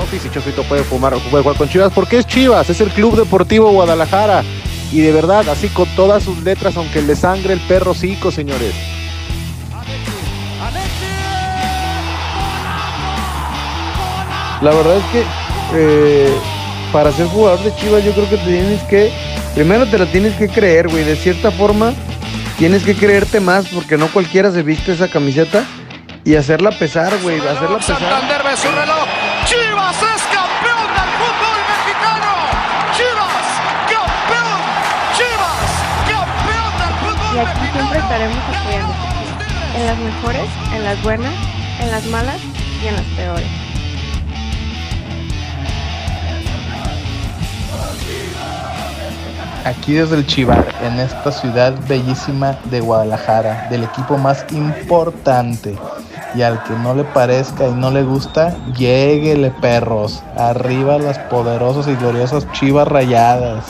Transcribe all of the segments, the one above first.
Ortiz y Chofito puede fumar, puede jugar con Chivas, porque es Chivas, es el Club Deportivo Guadalajara. Y de verdad, así con todas sus letras, aunque le sangre el perro cico, señores. La verdad es que eh, para ser jugador de Chivas yo creo que te tienes que, primero te la tienes que creer, güey, de cierta forma tienes que creerte más porque no cualquiera se viste esa camiseta y hacerla pesar, güey, hacerla pesar. Santander ve su reloj. Chivas es campeón del fútbol mexicano. Chivas, campeón. Chivas, campeón del fútbol Y aquí mexicano. siempre estaremos apoyando. En las mejores, en las buenas, en las malas y en las peores. Aquí desde el Chivar, en esta ciudad bellísima de Guadalajara, del equipo más importante. Y al que no le parezca y no le gusta, lleguele perros. Arriba las poderosas y gloriosas Chivas rayadas.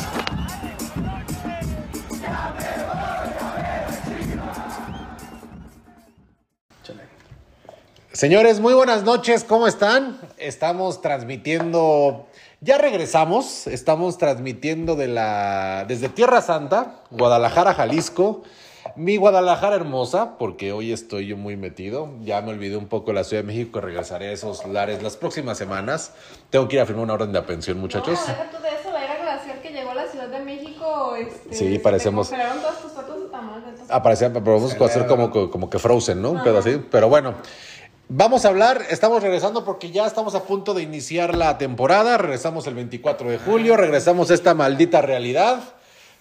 Señores, muy buenas noches, ¿cómo están? Estamos transmitiendo, ya regresamos, estamos transmitiendo de la, desde Tierra Santa, Guadalajara, Jalisco, mi Guadalajara hermosa, porque hoy estoy yo muy metido, ya me olvidé un poco de la Ciudad de México, regresaré a esos lares las próximas semanas, tengo que ir a firmar una orden de pensión, muchachos. No, deja tú de eso, la era glacial que llegó a la Ciud de México. Este, Sí, se te parecemos- congelaron todas tus fotos ah, de tamal, de tus- Aparecía, pero vamos a hacer como, que- como que Frozen, ¿no? Un pedo así. Pero bueno, vamos a hablar, estamos regresando porque ya estamos a punto de iniciar la temporada. Regresamos el 24 de julio, regresamos a esta maldita realidad.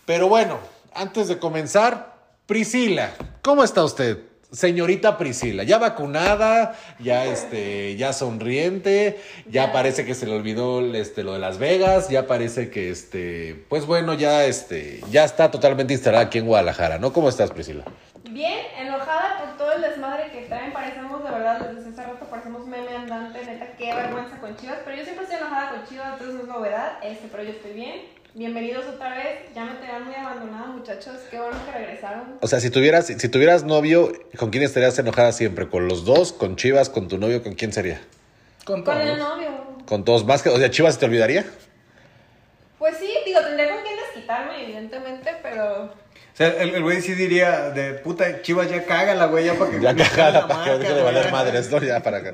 Pero bueno, antes de comenzar, Priscila, ¿cómo está usted? Señorita Priscila, ya vacunada, ya este, ya sonriente, ya parece que se le olvidó este, lo de Las Vegas, ya parece que este, pues bueno, ya este, ya está totalmente instalada aquí en Guadalajara, ¿no? ¿Cómo estás, Priscila? Bien, enojada por todo el desmadre que traen. Parecemos, de verdad, desde hace rato parecemos meme andante. Neta, qué vergüenza con Chivas. Pero yo siempre estoy enojada con Chivas, entonces no es novedad. Este, pero yo estoy bien. Bienvenidos otra vez. Ya me tenían muy abandonada, muchachos. Qué bueno que regresaron. O sea, si tuvieras, si tuvieras novio, ¿con quién estarías enojada siempre? ¿Con los dos? ¿Con Chivas? ¿Con tu novio? ¿Con quién sería? Con el novio. ¿Con todos más que? O sea, ¿Chivas se te olvidaría? Pues sí, digo, tendría con quién desquitarme, evidentemente, pero. O sea, el el güey sí diría de puta chivas ya cágala, güey, ya para que. Ya cagada, la para que marca, deje de güey". valer madres, ¿no? Ya para acá.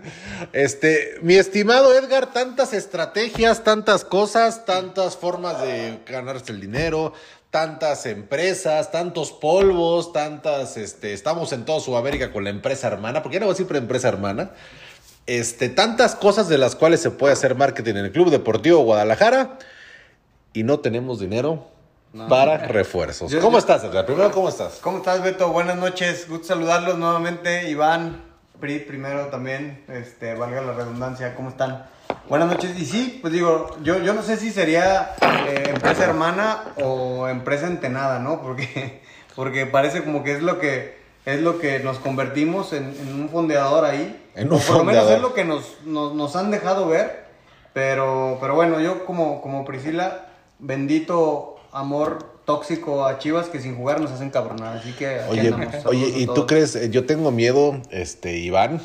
Este, mi estimado Edgar, tantas estrategias, tantas cosas, tantas formas de ganarse el dinero, tantas empresas, tantos polvos, tantas, este, estamos en toda Sudamérica con la empresa hermana, porque ya no voy a decir empresa hermana. Este, tantas cosas de las cuales se puede hacer marketing en el Club Deportivo Guadalajara y no tenemos dinero para refuerzos. Yo- ¿Cómo yo- estás, Edgar? Primero, ¿cómo estás? ¿Cómo estás, Beto? Buenas noches, gusto saludarlos nuevamente. Iván, Pri, primero también, este, valga la redundancia, ¿cómo están? Buenas noches, y sí, pues digo, yo, yo no sé si sería eh, empresa hermana o empresa entenada, ¿no? Porque, porque parece como que es lo que, es lo que nos convertimos en, en un fondeador ahí. En O un por lo menos fondeador. es lo que nos, nos, nos han dejado ver, pero, pero bueno, yo como, como Priscila, bendito amor tóxico a Chivas que sin jugar nos hacen cabronar, así que... aquí Oye, andamos. Saludos oye, a ¿y tú todos. crees? eh, Yo tengo miedo, este, Iván,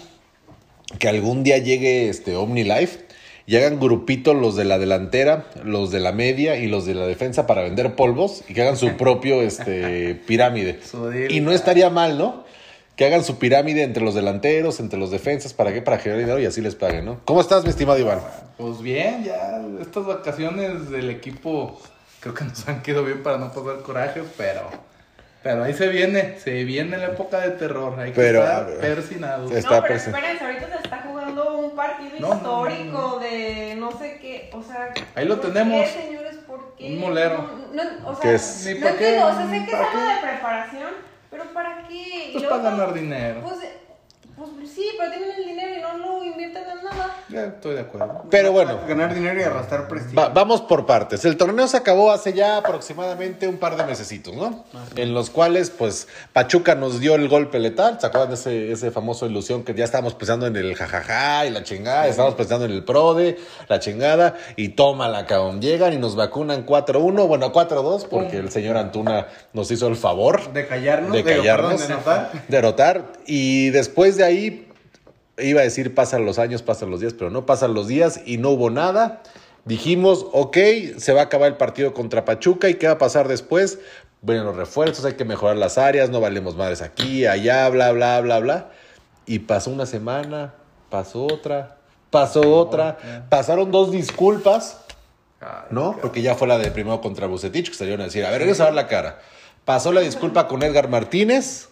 que algún día llegue este OmniLife y hagan grupitos los de la delantera, los de la media y los de la defensa para vender polvos y que hagan su propio este, pirámide. Su deal. Y no estaría mal, ¿no? Que hagan su pirámide entre los delanteros, entre los defensas, ¿para qué? Para generar dinero y así les paguen, ¿no? ¿Cómo estás, mi estimado Iván? Pues bien, ya estas vacaciones del equipo creo que nos han quedado bien para no pasar coraje, pero, pero ahí se viene, se viene la época de terror, hay que Pero, a estar ver. persinados. Está no, pero presen- espérense, ahorita se está jugando un partido No, no, histórico no, de no sé qué, o sea... Ahí lo ¿por tenemos. Qué, señores, ¿por qué? Un molero. No, no, o sea, ¿Qué es? Ni no pa' qué, entiendo, o sea, sé ni que es pa' algo qué. de preparación, pero ¿para qué? Y Pues luego, para ganar dinero. Pues, pues sí, pero tienen el dinero y no lo invierten en nada. Ya estoy de acuerdo. Pero bueno. Ganar dinero y arrastrar prestigio. Va- vamos por partes. El torneo se acabó hace ya aproximadamente un par de mesecitos, ¿no? En los cuales, pues, Pachuca nos dio el golpe letal. ¿Se acuerdan de ese, ese famoso ilusión que ya estábamos pensando en el jajaja y la chingada? Estábamos pensando en el prode, la chingada, y tómala, cabrón. Llegan y nos vacunan 4-1, bueno, 4-2, porque el señor Antuna nos hizo el favor De callarnos. de digo, callarnos, perdón, de notar. derrotar. Y después de ahí, iba a decir pasan los años, pasan los días, pero no pasan los días y no hubo nada. Dijimos, ok, se va a acabar el partido contra Pachuca y qué va a pasar después. Bueno, los refuerzos, hay que mejorar las áreas, no valemos madres aquí, allá, bla, bla, bla, bla. Y pasó una semana, pasó otra, pasó otra. Pasaron dos disculpas, Ah, ¿no? Porque ya fue la de primero contra Bucetich, que salieron a decir, a ver, vamos a dar la cara. Pasó la disculpa con Edgar Martínez,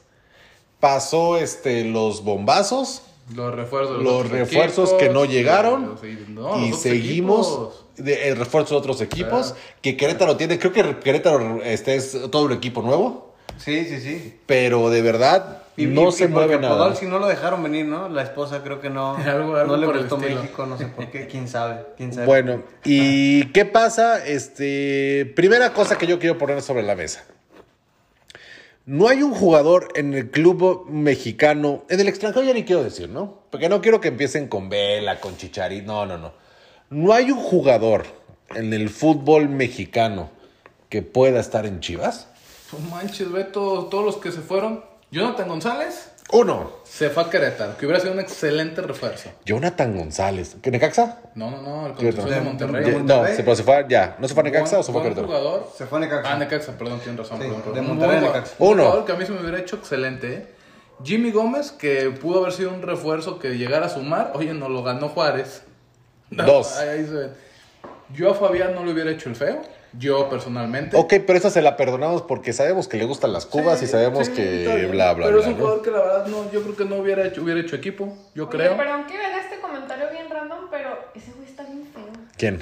pasó este, los bombazos, Los refuerzos. de Los otros refuerzos que no llegaron, los- no, y los otros seguimos equipos. Ah. de- el refuerzo de otros equipos que Querétaro tiene. Creo que Querétaro este es todo el equipo nuevo, Sí, sí, sí. pero de verdad Y- no y- se y porque mueve nada. Podolski no lo dejaron venir, ¿no? La esposa creo que no, Algo- algo no le por el gustó estilo. México, no sé por qué, quién sabe, quién sabe. Bueno, ¿y qué pasa? Este, primera cosa que yo quiero poner sobre la mesa. No hay un jugador en el club mexicano, en el extranjero ya ni quiero decir, ¿no? Porque no quiero que empiecen con Vela, con Chicharit, no, no, no. No hay un jugador en el fútbol mexicano que pueda estar en Chivas. No manches, Beto, todos los que se fueron. Jonathan González Uno, se fue a Querétaro, que hubiera sido un excelente refuerzo. Jonathan González. ¿Qué Necaxa? No, no, no, el Querétaro. contención de Monterrey. De- Ya- Buen- No, se, pero se fue a- ya. ¿No se fue a Necaxa o se fue a buen Querétaro? jugador. Se fue a Necaxa. Ah, Necaxa, perdón, tienes razón. Sí, perdón, perdón. de Un Monterrey a buen Necaxa. jugador, Uno. Un jugador que a mí se me hubiera hecho excelente, ¿eh? Jimmy Gómez, que pudo haber sido un refuerzo que llegara a sumar. Oye, no lo ganó Juárez. No, Dos. ahí- ahí se ve. Yo a Fabián no le hubiera hecho el feo. Yo personalmente. Ok, pero esa se la perdonamos porque sabemos que le gustan las cubas y sabemos Sí, está que bien, bla, bla, Pero bla. es un ¿no? jugador que la verdad no, yo creo que no hubiera hecho, hubiera hecho equipo. Yo Oye, creo. Perdón que haga este comentario bien random, pero ese güey está bien feo. ¿Quién?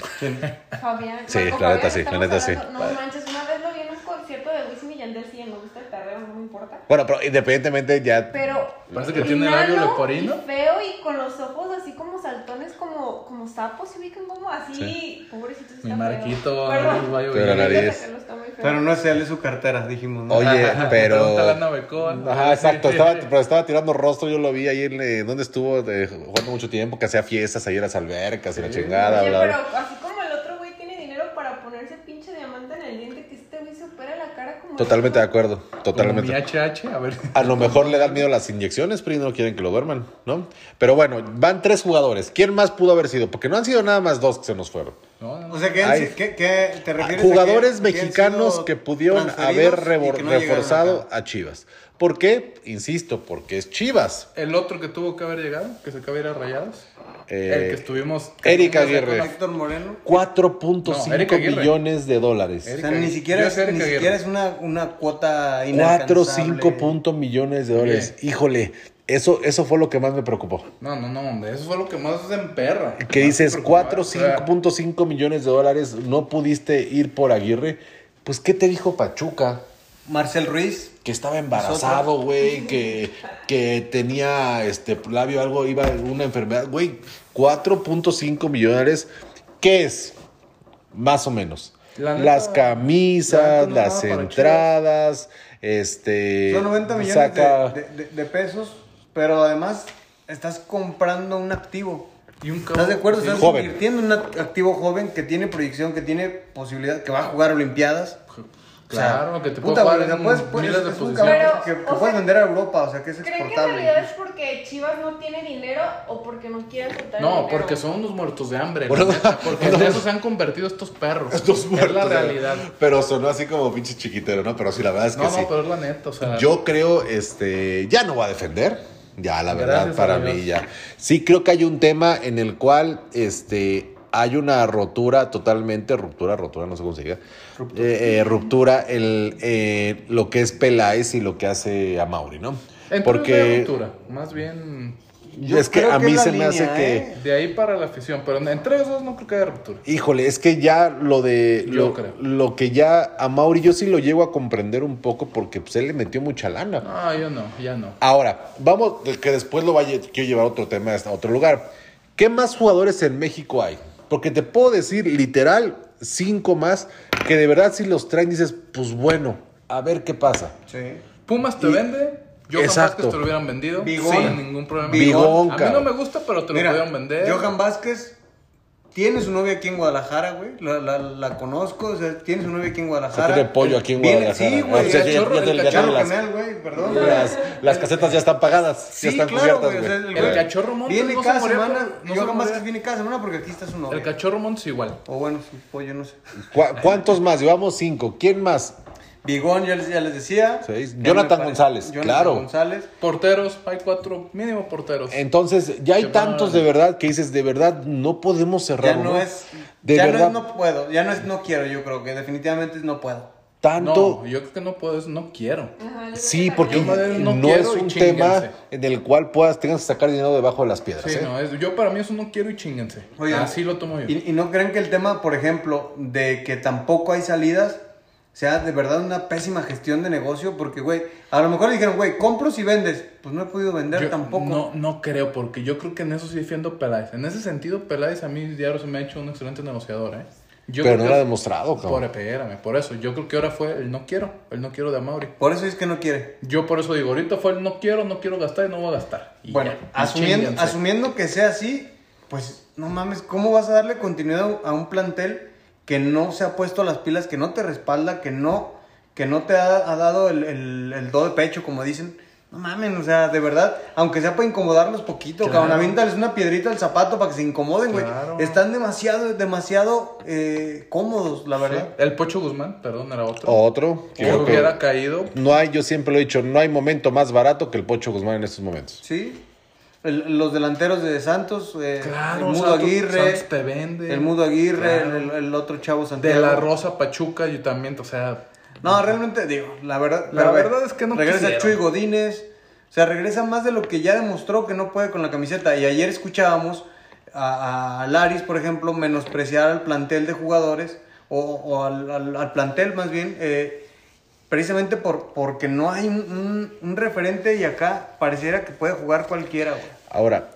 Fabián. Sí, Marco la neta Fabián, sí, la estamos neta sí. hablando- No manches, una vez lo vi en un concierto de Wisin y Yandel, sí, me gusta el tarreo, no me importa. Bueno, pero independientemente ya. Pero. Parece que tiene enano labio leporino. y Feo y con los ojos así como saltones, como, como sapos, se ubican como así. Pobrecito, sí está Mi feo. marquito. Perdón. no vaya a Pero la oír. nariz. Fíjate que no está muy feo. Pero no es él, es su cartera, dijimos. ¿no? Oye, Pregúntale a pero. Navecón. Ajá, exacto. Estaba, pero estaba tirando rostro. Yo lo vi ahí en. eh, donde estuvo de- jugando mucho tiempo? Que hacía fiestas ahí en las albercas y la chingada, Oye, bla, bla. pero así como el otro güey tiene dinero para ponerse pinche diamante en el diente, que este güey se opera la cara como. Totalmente de acuerdo. Totalmente. Como Mi HH, a ver. A lo mejor le dan miedo las inyecciones, pero no quieren que lo duerman, ¿no? Pero bueno, van tres jugadores. ¿Quién más pudo haber sido? Porque no han sido nada más dos que se nos fueron. No, no, O sea, que, han- Ay. Ah, que- que- te refieres a Jugadores que- que han mexicanos sido que pudieron transferidos haber y rebor- que no llegaron reforzado acá. a Chivas. ¿Por qué? Insisto, porque es Chivas. El otro que tuvo que haber llegado, que se acaba de ir a Rayados. Eh, el que estuvimos. Eric Con Aguirre, Héctor Moreno. 4.5 Eric Aguirre. millones de dólares. Eric O sea, ni Aguirre. siquiera Yo es, sé Eric ni Aguirre. siquiera es una, una cuota inalcanzable. 4, 5 punto millones de dólares. Híjole, eso, eso fue lo que más me preocupó. No, no, no, hombre. Eso fue lo que más se emperra. Que Más dices se preocupa, 4, o sea, 5.5 millones de dólares, no pudiste ir por Aguirre. Pues, ¿qué te dijo Pachuca? Marcel Ruiz. que estaba embarazado, güey, que, que tenía este labio, algo, iba una enfermedad, güey, 4.5 millones, ¿qué es? Más o menos. La neta, las camisas, la neta no es las nada para entradas, este... Son 90 millones saca- de, de- de pesos, pero además estás comprando un activo. Y un ¿Estás de acuerdo? Estás Joven. invirtiendo en un act- activo joven que tiene proyección, que tiene posibilidad, que va a jugar Olimpiadas. Claro, que te puede güey, jugar o sea, en puedes- puedes- miles de es un posiciones. cabrón que, Pero, que o puedes sea, vender a Europa, o sea, que es ¿Creen que en exportable. realidad es porque Chivas no tiene dinero o porque no quiere soltar el No, dinero? porque son unos muertos de hambre. Bueno, la neta, porque no. de eso se han convertido estos perros. Estos Es la muertos, realidad. Pero sonó así como pinche chiquitero, ¿no? Pero sí, la verdad es que No, sí. no, pero es la neta. O sea, Yo creo, este, ya no va a defender. Ya, la verdad, Gracias para a Dios. mí ya. Sí, creo que hay un tema en el cual, este, hay una rotura totalmente, ruptura, rotura, no sé cómo se diga. Ruptura, ruptura el, eh, lo que es Peláez y lo que hace a Mauri, ¿no? entonces, de Porque ruptura. Más bien Yo es que creo a que mí es la se me hace línea, que, ¿eh? de ahí para la afición. Pero entre esos no creo que haya ruptura. híjole, es que ya lo de, Yo lo, creo. lo que ya a Mauri, yo sí lo llego a comprender un poco porque pues, él le metió mucha lana. No, yo no, ya no. Ahora, vamos, que después lo vaya, quiero llevar otro tema a otro lugar. ¿Qué más jugadores en México hay? Porque te puedo decir literal cinco más que de verdad si los traen dices, pues bueno, a ver qué pasa. Sí. Pumas te Y- vende. Yo Exacto. capaz que te lo hubieran vendido Bigón. sin ningún problema. Bigón, a mí no cabrón. me gusta, pero te lo Mira, pudieron vender. Johan Vázquez tiene su novia aquí en Guadalajara, güey. La, la, la conozco, o sea, tiene su novia aquí en Guadalajara. tiene pollo aquí en Viene- Guadalajara. Sí, güey. O sea, ya- el cachorro, ya te- el ya te cachorro las- canal, güey, perdón. Las, las casetas ya están pagadas, Sí, ya están claro, güey, cubiertas, o sea, el güey. güey- El cachorro Montes Viene no se cada moría, semana. pero- no yo se más moría. que viene cada semana porque aquí está su novia. El cachorro Montes igual. O bueno, su pollo, no sé. ¿Cu- ¿Cuántos más? Llevamos cinco. ¿Quién más? Bigón, ya les, ya les decía. Seis. Ya Jonathan me parece- González, Jonathan claro. González. Porteros, hay cuatro, mínimo porteros. Entonces, ya hay Qué tantos de bárbaro. verdad que dices, de verdad, no podemos Ya cerrar. no ¿no? es. De ya verdad, no es no puedo. Ya no es no quiero, yo creo que definitivamente es no puedo. tanto. No, yo creo que no puedo, es no quiero. Ajá, yo Sí, creo porque Yo, madre, no, no quiero es y un chínguense. tema en el cual puedas tengas que sacar dinero debajo de las piedras. Sí, ¿eh? no, es- yo para mí eso no quiero y chingense. Oigan, Así lo tomo yo. ¿Y, y no creen que el tema, por ejemplo, de que tampoco hay salidas sea de verdad una pésima gestión de negocio? Porque, güey, a lo mejor le dijeron, güey, compro si vendes. Pues no he podido vender Yo tampoco. No, no creo, porque yo creo que en eso sí defiendo Peláez. En ese sentido, Peláez a mí diario se me ha hecho un excelente negociador, ¿eh? Yo Pero creo no que lo ha es- demostrado, cabrón. Por, espérame, por eso. Yo creo que ahora fue el no quiero, el no quiero de Amaury. Por eso es que no quiere. Yo por eso digo, ahorita fue el no quiero, no quiero gastar y no voy a gastar. Y Bueno, ya, y asumiendo, chínganse. asumiendo que sea así, pues no mames, ¿cómo vas a darle continuidad a un plantel que no se ha puesto las pilas, que no te respalda, que no, que no te ha, ha dado el, el, el do de pecho, como dicen? No mames, o sea, de verdad, aunque sea para incomodarlos poquito, Claro. cabrón, aviéntales una piedrita al zapato para que se incomoden, güey. Claro. Están demasiado, demasiado eh, cómodos, la Sí. verdad. El Pocho Guzmán, perdón, era otro. Oh. Otro. que Yo yo creo- hubiera caído. No hay, yo siempre lo he dicho, no hay momento más barato que el Pocho Guzmán en estos momentos. Sí. El- los delanteros de Santos, eh, Claro, el Mudo Santos- Aguirre, Santos te vende. el Mudo Aguirre, Claro. el, el otro chavo De Santiago. la Rosa Pachuca, yo también, o sea, No, realmente digo, la verdad, La pero a ver, verdad es que no regresa quisieron. Chuy Godínez, o sea, regresa más de lo que ya demostró que no puede con la camiseta y ayer escuchábamos a, a Laris, por ejemplo, menospreciar al plantel de jugadores o, o al, al- al plantel más bien eh, precisamente por porque no hay un, un- un referente y acá pareciera que puede jugar cualquiera, güey. Ahora,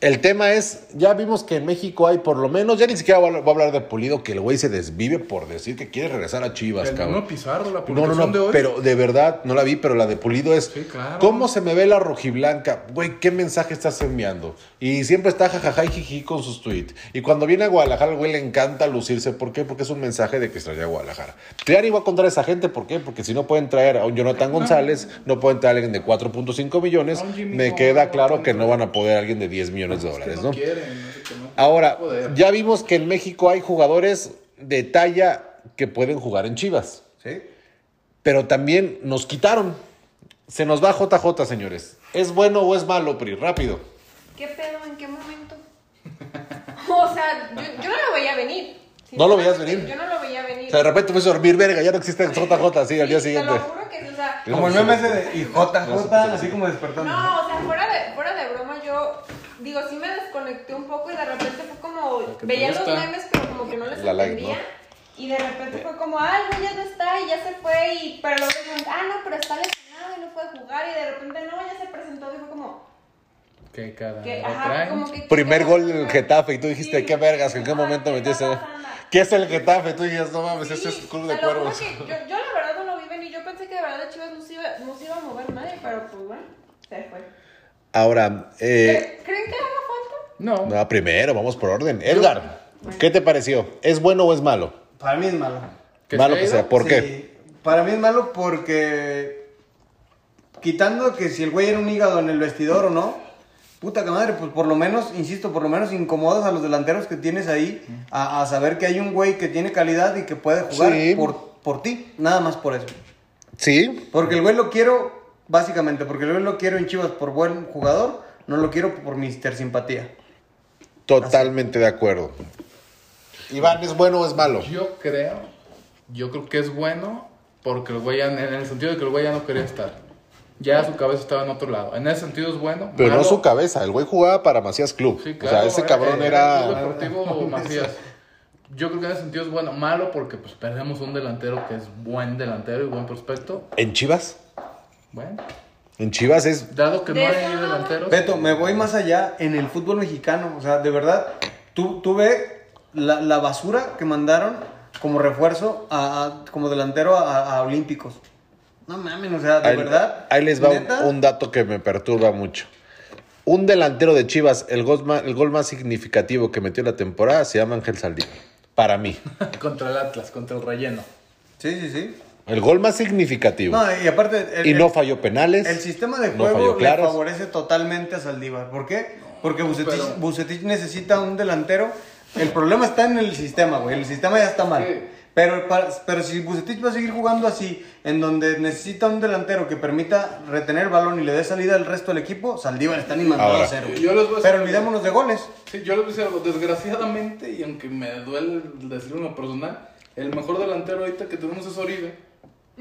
el tema es, ya vimos que en México hay por lo menos, ya ni siquiera voy a voy a hablar de Pulido, que el güey se desvive por decir que quiere regresar a Chivas, el Pues, cabrón. no Pizarro, No, la no, publicación no, de hoy. pero de verdad, no la vi, pero la de Pulido es. Sí, claro. ¿Cómo se me ve la rojiblanca? Güey, ¿qué mensaje estás enviando? Y siempre está jajaja y jiji con sus tweets. Y cuando viene a Guadalajara, al güey le encanta lucirse. ¿Por qué? Porque es un mensaje de que extraña a Guadalajara. Ya ni voy a contar a esa gente, ¿por qué? Porque si no pueden traer a un Jonathan González, no pueden traer a alguien de 4.5 millones, A un Jimmy me Connor, queda claro no que no van a poder a alguien de 10 millones de dólares, ¿no? Ahora, ya vimos que en México hay jugadores de talla que pueden jugar en Chivas ¿Sí? pero también nos quitaron. Se nos va JJ, señores. ¿Es bueno o es malo, Pri? Rápido. ¿Qué pedo? ¿En qué momento? O sea, yo, yo no lo veía venir. ¿No lo veías venir? Yo no lo veía venir. O sea, de repente fuiste a dormir, verga, ya no existe JJ, así al día Sí, siguiente. Te lo juro que sí, o sea, Como el meme ese de y JJ, así como despertando. no, o sea, fuera de, fuera de broma, yo digo, sí me desconecté un poco y de repente fue como, que te veía los gusta. memes, pero como que no les La like, entendía. ¿no? Y de repente fue como, ay, güey, ya no está y ya se fue. Y, pero luego dijeron, ah, no, pero está lesionado y no puede jugar. Y de repente, no, ya se presentó. Y fue como, Que cada que, lo ajá, traen. como que. Primer ¿qué gol onda? del Getafe y tú dijiste, Sí. qué vergas, ¿en qué Ajá, momento ¿qué metiste? está pasando? ¿Qué es el Getafe? Tú dices, no mames, Sí, este es club te de lo juro cuervos. que yo, yo la verdad no lo vi venir. Yo pensé que de verdad Chivas no se iba, no se iba a mover nadie, pero pues bueno, se fue. Ahora, eh, ¿Creen que haga falta? No, no, primero, vamos por orden. Edgar, ¿qué te pareció? ¿Es bueno o es malo? Para mí es malo. Que malo se que ha sea, ido, ¿por Sí, qué? Para mí es malo porque. Quitando que si el güey era un hígado en el vestidor o no. Puta que madre, pues por lo menos, insisto, por lo menos incomodas a los delanteros que tienes ahí a, a saber que hay un güey que tiene calidad y que puede jugar Sí. por, por ti, nada más por eso. Sí, Porque el güey lo quiero, básicamente, porque el güey lo quiero en Chivas por buen jugador, no lo quiero por Mister Simpatía. totalmente de acuerdo. Iván, ¿es bueno o es malo? Yo creo, yo creo que es bueno porque el güey ya- en el sentido de que el güey ya no quería estar. Ya su cabeza estaba en otro lado. En ese sentido es bueno. Pero no malo- su cabeza, el güey jugaba para Macías Club. Sí, o sea, claro, eh, eh, ese cabrón era. el Deportivo Macías. Yo creo que en ese sentido es bueno, malo porque pues perdemos un delantero que es buen delantero y buen prospecto. ¿En Chivas? Bueno, En Chivas es. dado que no De hay nada. delanteros. Beto, me voy más allá en el fútbol mexicano. O sea, de verdad, tú, tú ve la, la basura que mandaron como refuerzo, a, a- como delantero a, a Olímpicos. No mames, o sea, de ahí, verdad. ahí les va un, neta, un dato que me perturba mucho. Un delantero de Chivas, el gol más, el gol más significativo que metió la temporada se llama Ángel Saldívar. Para mí. Contra el Atlas, contra el relleno. Sí, sí, sí. El gol más significativo. No, y aparte. el- y no el- falló penales. El sistema de no juego falló le claros. favorece totalmente a Saldívar. ¿Por qué? Porque Bucetich, pero- Bucetich necesita un delantero. El problema está en el sistema, güey. El sistema ya está mal. Sí. Pero, pa- pero si Bucetich va a seguir jugando así, en donde necesita un delantero que permita retener balón y le dé salida al resto del equipo, Saldívar está ni mandado Ahora. a hacer, güey. Yo les voy a Pero hacer- olvidémonos de goles. Sí, yo les voy a decir algo. Desgraciadamente, y aunque me duele decirlo en lo personal, el mejor delantero ahorita que tenemos es Oribe.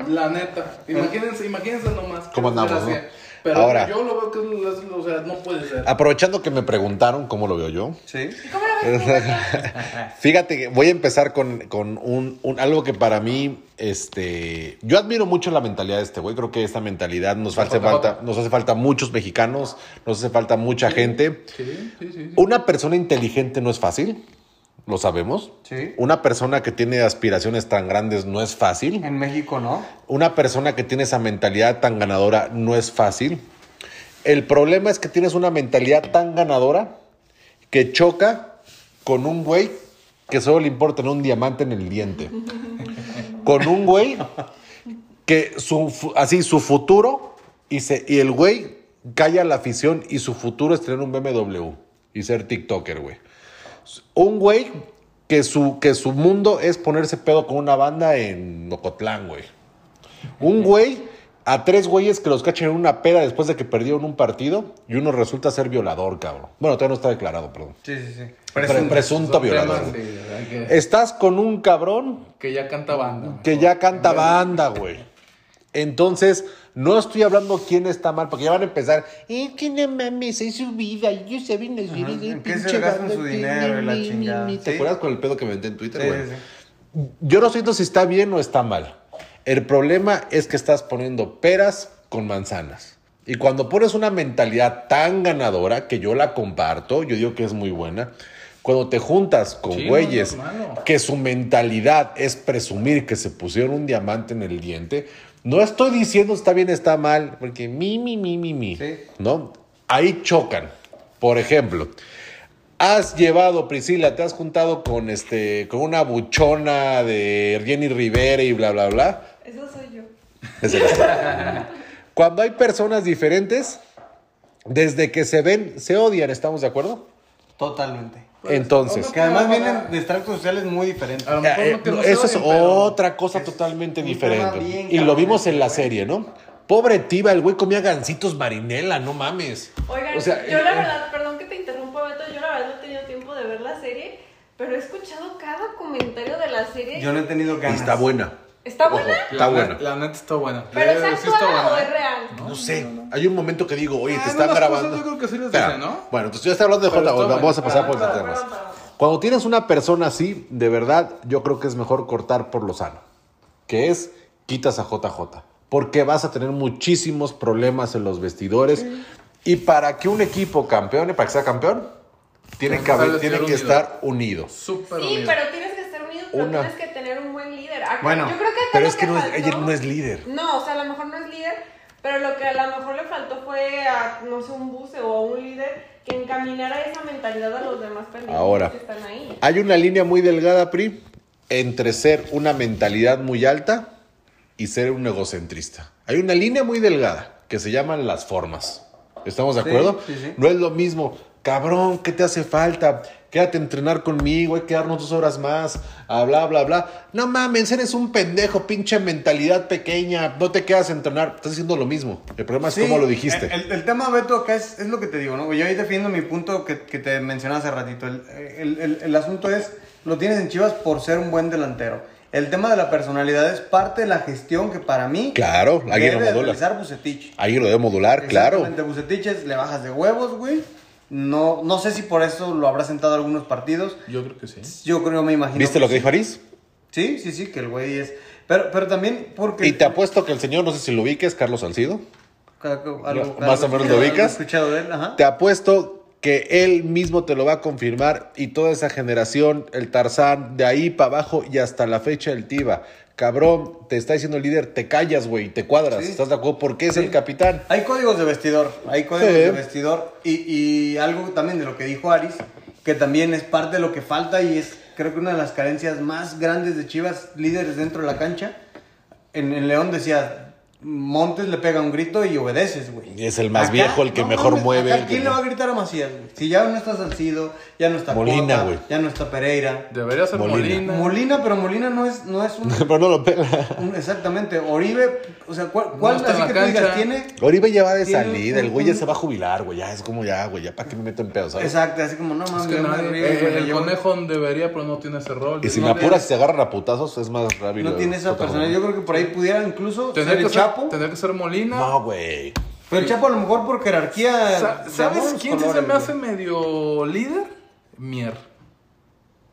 La neta. Imagínense, imagínense nomás. ¿Cómo andamos, Desgracia. no? Pero Ahora. Ah, yo lo veo que es- es- o sea, no puede ser. Aprovechando que me preguntaron cómo lo veo yo. Sí. ¿Cómo lo ves? tú, Beto? Fíjate que voy a empezar con, con un, un- algo que para mí, este, yo admiro mucho la mentalidad de este güey. Creo que esta mentalidad nos hace JJ. falta, nos hace falta muchos mexicanos, nos hace falta mucha gente. Sí, sí, sí. Una persona inteligente no es fácil, lo sabemos. Sí. Una persona que tiene aspiraciones tan grandes no es fácil. En México, ¿no? Una persona que tiene esa mentalidad tan ganadora no es fácil. El problema es que tienes una mentalidad tan ganadora que choca con un güey que solo le importa tener un diamante en el diente. Con un güey que su, fu- así su futuro y, se- y el güey calla a la afición y su futuro es tener un BMW y ser TikToker, güey. Un güey que su, que su mundo es ponerse pedo con una banda en Ocotlán, güey. Un güey a tres güeyes que los cachen en una peda después de que perdieron un partido y uno resulta ser violador, cabrón. Bueno, todavía no está declarado, perdón. Sí, sí, sí. Pre- Presunto, Son violador. temas, sí, ¿verdad? que, Estás con un cabrón que ya canta banda. que ya canta banda, güey. Entonces, no estoy hablando quién está mal, porque ya van a empezar. Es que no mames, es su vida. Yo se vine a subir Ajá, el ¿en qué se pinche gastan bando, su ti, dinero y la mi, mi, chingada? mi". ¿Te Sí. acuerdas con el pedo que me metí en Twitter, Sí, güey? sí, sí. Yo no siento si está bien o está mal. El problema es que estás poniendo peras con manzanas. Y cuando pones una mentalidad tan ganadora, que yo la comparto, yo digo que es muy buena, cuando te juntas con Sí, no, güeyes no es malo. que su mentalidad es presumir que se pusieron un diamante en el diente, no estoy diciendo está bien, está mal, porque mi, mi, mi, mi, mi, Sí. ¿no? Ahí chocan. Por ejemplo, Has llevado, Priscila, te has juntado con este, con una buchona de Jenny Rivera y bla bla bla. Eso soy yo. Es el- Cuando hay personas diferentes, desde que se ven, se odian, ¿estamos de acuerdo? Totalmente. Entonces, no, Que además vienen de extractos sociales muy diferentes. A lo mejor eh, no que eh, no se eso es odien, pero- otra cosa es totalmente un diferente. tema bien Y lo cabrón vimos este, en la güey. serie, ¿no? Pobre Tiba, el güey comía gancitos marinela, no mames. Oigan, O sea, yo eh, la verdad, perdón que te interrumpa, Beto, yo la verdad no he tenido tiempo de ver la serie, pero he escuchado cada comentario de la serie. Yo no he tenido Y ganas. está buena. ¿Está Ojo, buena? Está La ne- buena. La neta está buena. ¿Pero Sí, es sí está actuada o buena. es real? ¿eh? No sé, hay un momento que digo, oye, Ah, te están algunas cosas grabando. yo creo que sí les Espera, dicen, ¿no? Bueno, entonces ya está hablando de Pero J, está vamos bueno. a pasar por Perdón, los temas. perdón, perdón. Cuando tienes una persona así, de verdad, yo creo que es mejor cortar por lo sano, que es quitas a JJ, porque vas a tener muchísimos problemas en los vestidores. Y para que un equipo campeone, para que sea campeón, tiene Tiene que, haber- que tiene ser que unido. estar unidos. Súper Sí, unido. pero tienes que estar unido, pero Una. tienes que tener un buen líder. Acá- Bueno, yo creo que acá pero lo es que no es- faltó- ella no es líder. No, o sea, a lo mejor no es líder, pero lo que a lo mejor le faltó fue a, no sé, un buce o a un líder que encaminara esa mentalidad a los demás pendientes Ahora. que están ahí. Hay una línea muy delgada, Pri, entre ser una mentalidad muy alta y ser un egocentrista. Hay una línea muy delgada que se llaman las formas. ¿Estamos de Sí, acuerdo? sí, sí. No es lo mismo, cabrón, ¿qué te hace falta? Quédate a entrenar conmigo, hay que darnos dos horas más, ah, bla, bla, bla. No mames, eres un pendejo, pinche mentalidad pequeña, no te quedas a entrenar, estás haciendo lo mismo. El problema es Sí, cómo lo dijiste. El, el tema, Beto, acá es, es lo que te digo, ¿no? Yo ahí defiendo mi punto que, que te mencioné hace ratito. El, el- el- el asunto es, lo tienes en Chivas por ser un buen delantero. El tema de la personalidad es parte de la gestión que para mí Claro, alguien lo debe de modula. realizar Bucetich. Ahí lo debo modular, Ah, claro. Exactamente, Bucetich es, le bajas de huevos, güey. No, no sé si por eso lo habrá sentado algunos partidos. Yo creo que sí. Yo creo, me imagino. ¿Viste lo que dijo Aris? Sí, sí, sí, que el güey es... Pero, pero también porque... Y te apuesto que el señor, no sé si lo ubiques, Carlos Salcido. Algo- Más o menos lo algo ubicas. escuchado de él, ajá. Te apuesto que él mismo te lo va a confirmar y toda esa generación, el Tarzán, de ahí para abajo y hasta la fecha el Tiva, Cabrón, te está diciendo el líder, te callas, güey, te cuadras. Sí. ¿Estás de acuerdo? Porque es Sí. el capitán. Hay códigos de vestidor, hay códigos Sí. de vestidor y, y algo también de lo que dijo Aris, que también es parte de lo que falta y es creo que una de las carencias más grandes de Chivas, líderes dentro de la cancha. En, en León decía, Montes le pega un grito y obedeces, güey. Y es el más viejo, el que mejor mueve, acá el que ¿Quién le no- va a gritar a Macías, güey? Si ya no está Salcido, ya no está Molina, Cota, güey. ya no está Pereira. Debería ser Molina. Molina. Molina, pero Molina no es, no es un... Pero no lo pela. un- exactamente, Oribe, o sea, ¿cuál, cuál está en así la que tú digas, cancha. tiene Oribe ya va de Tiene salida, el un- güey ya un- se va a jubilar, güey. Ya es como ya, güey, ya para qué me meto en pedo, ¿sabes? Exacto, así como no mames, Es que no me nadie- ríes, eh, me la el llevo. conejo debería, pero no tiene ese rol. Y si No me apuras y tiene- se agarran a putazos, es más rápido. No tiene esa Puta, personalidad. Yo creo que por ahí pudiera incluso ser Tendría el que, Chapo. ser, tendría que ser Molina. No, güey. Pero el Chapo a lo mejor por jerarquía. Sa- de ¿Sabes ambos quién sí se colores, me hace güey. medio líder? Mier.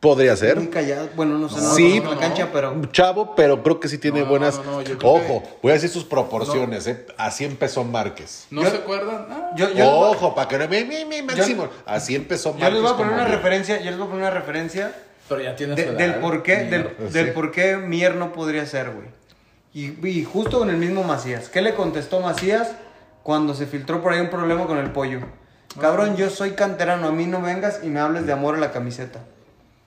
Podría ser. Muy callado. Bueno, no sé, no Sí, sí, la no. cancha, pero. Chavo, pero creo que sí tiene No, buenas. no, no, yo creo Ojo, que- voy a decir sus proporciones, ¿eh? Así empezó Márquez. ¿No Yo- se acuerdan? Ah, Yo, yo, Ojo, para que no. Mi, mi, mi, máximo. Así empezó yo Márquez. les voy a poner como una líder. referencia. Yo les voy a poner una referencia pero ya tiene de- su edad, del por qué, del, Mier. del por qué Mier no podría ser, güey. Y, y justo con el mismo Macías. ¿Qué le contestó Macías cuando se filtró por ahí un problema con el pollo? Cabrón, yo soy canterano, a mí no vengas y me hables de amor a la camiseta.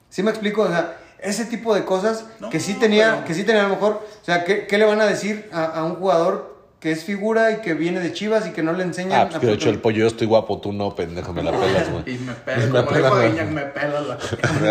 ¿Sí me explico? O sea, ese tipo de cosas No, que sí tenía, pero- que sí tenía a lo mejor. O sea, ¿qué, qué le van a decir a, a un jugador que es figura y que viene de Chivas y que no le enseñan Ah, pues que de hecho el pollo, yo estoy guapo, tú no, pendejo, me la pelas, güey. Y me Y pela, me como le dijo pela, a güey. Guiñac, me pela la-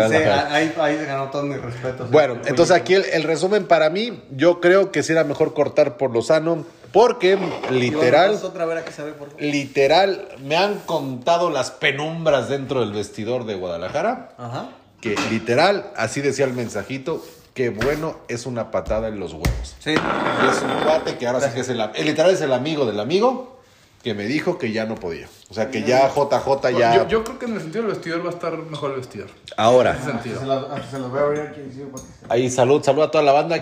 Sí, ahí, ahí se ganó todos mis respetos. Bueno, El pollo. entonces aquí el, el resumen para mí, yo creo que sí era mejor cortar por Lozano, porque literal, Vamos otra vez a que sabe por favor. literal, me han contado las penumbras dentro del vestidor de Guadalajara. Ajá. que literal, así decía el mensajito, que bueno es una patada en los huevos. Sí. Y es un cuate que ahora sí que es el, am- el literal es el amigo del amigo que me dijo que ya no podía. O sea, que ya JJ ya... Yo, yo creo que en el sentido del vestidor va a estar mejor el vestidor. Ahora, Ah, En ese sentido. Se los, se los voy a abrir aquí. sí, porque- ahí salud, salud a toda la banda.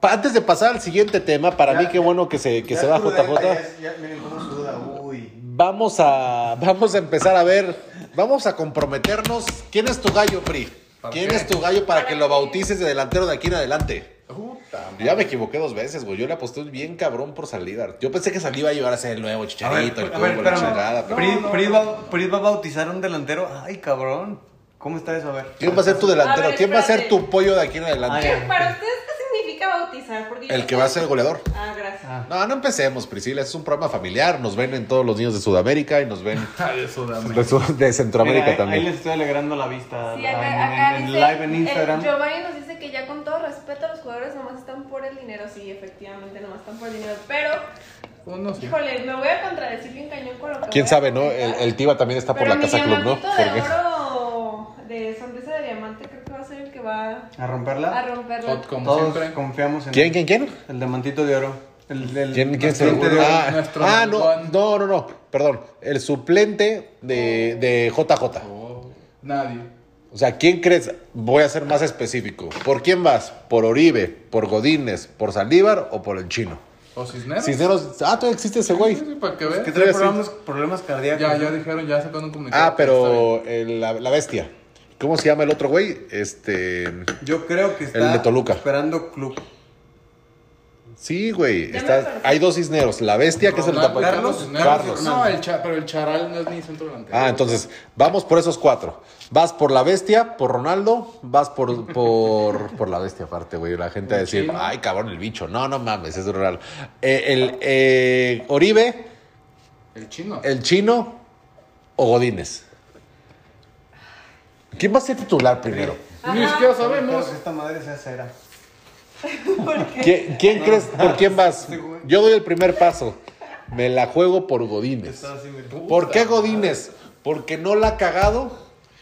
Pa- Antes de pasar al siguiente tema, para mí qué bueno que se, que Ya se va sudé, JJ. Ya, ya, miren cómo suda, uy. Vamos a, vamos a empezar a ver, vamos a comprometernos. ¿Quién es tu gallo, Pri? ¿Quién qué? es tu gallo para que lo bautices de delantero de aquí en adelante? Yo ya me equivoqué dos veces, güey. Yo le aposté bien cabrón por Saldívar. Yo pensé que Saldívar iba a ser el nuevo chicharito, el cubo, la espérame. chingada. pero- Pri- Pri va- Pri va a bautizar a un delantero. Ay, cabrón. ¿Cómo está eso? A ver. ¿Quién va a ser tu delantero? A ver, ¿Quién va a ser espérate. tu pollo de aquí en adelante? Ah, ¿Para ustedes qué significa bautizar? Porque yo- El que va a ser el goleador. Ah, gracias. No, no empecemos, Priscila. Es un programa familiar. Nos ven en todos los niños de Sudamérica y nos ven Ay, eso dame. los de Centroamérica Mira, ahí- también. Ahí les estoy alegrando la vista. Sí, la- acá, ah, en- acá en, en dice, live en eh, Instagram. Giovanni nos dice que ya con todo respeto los jugadores nomás están por el dinero. Sí, efectivamente, nomás están por el dinero. Pero, Uno sí. híjole, me voy a contradecir bien cañón con lo que Quién voy a sabe, ¿no? El, comentar. el Tiba también está por Pero la mi Casa Club, ¿no? diamantito de Porque- oro de sonrisa de diamante creo que va a ser el que va a a romperla. romperla. Tot- Como Todos siempre. confiamos en ¿Quién, quién, quién? El diamantito de oro. El, el- ¿Quién, quién se diamante de oro. Ah, nuestro ah, no, Juan. no, no, no, perdón. El suplente de, de JJ. Oh, nadie. O sea, ¿quién crees? Voy a ser más específico. ¿Por quién vas? ¿Por Oribe? ¿Por Godínez? ¿por Saldívar o por el chino? O Cisneros. Cisneros, ah, todavía existe ese güey. Sí, sí, para que veas. Que Ah, Sí, trae sí. problemas, problemas cardíacos. Ya, ya dijeron, ya sacaron un comunicado. Ah, Está pero el- la, la bestia. ¿Cómo se llama el otro güey? Este. Yo creo que está de Toluca. esperando club. Sí, güey. Ya está- me acordé. hay dos cisneros. La bestia, que es el bien. tapón. Carlos, Cisneros. Carlos. No, el cha- pero el charal no es ni centro delantero. Ah, entonces, vamos por esos cuatro. Vas por la bestia, por Ronaldo, vas por por, por la bestia aparte, güey. La gente va a decir, ay, cabrón, el bicho. No, no mames, es Ronaldo. Eh, el eh, Oribe, El chino. el chino o Godínez. ¿Quién va a ser titular primero? Ni siquiera Pero sabemos. que esta madre sea cera. ¿Quién, quién crees? ¿Por quién vas? Yo doy el primer paso. Me la juego por Godínez. ¿Por qué Godínez? Porque no la ha cagado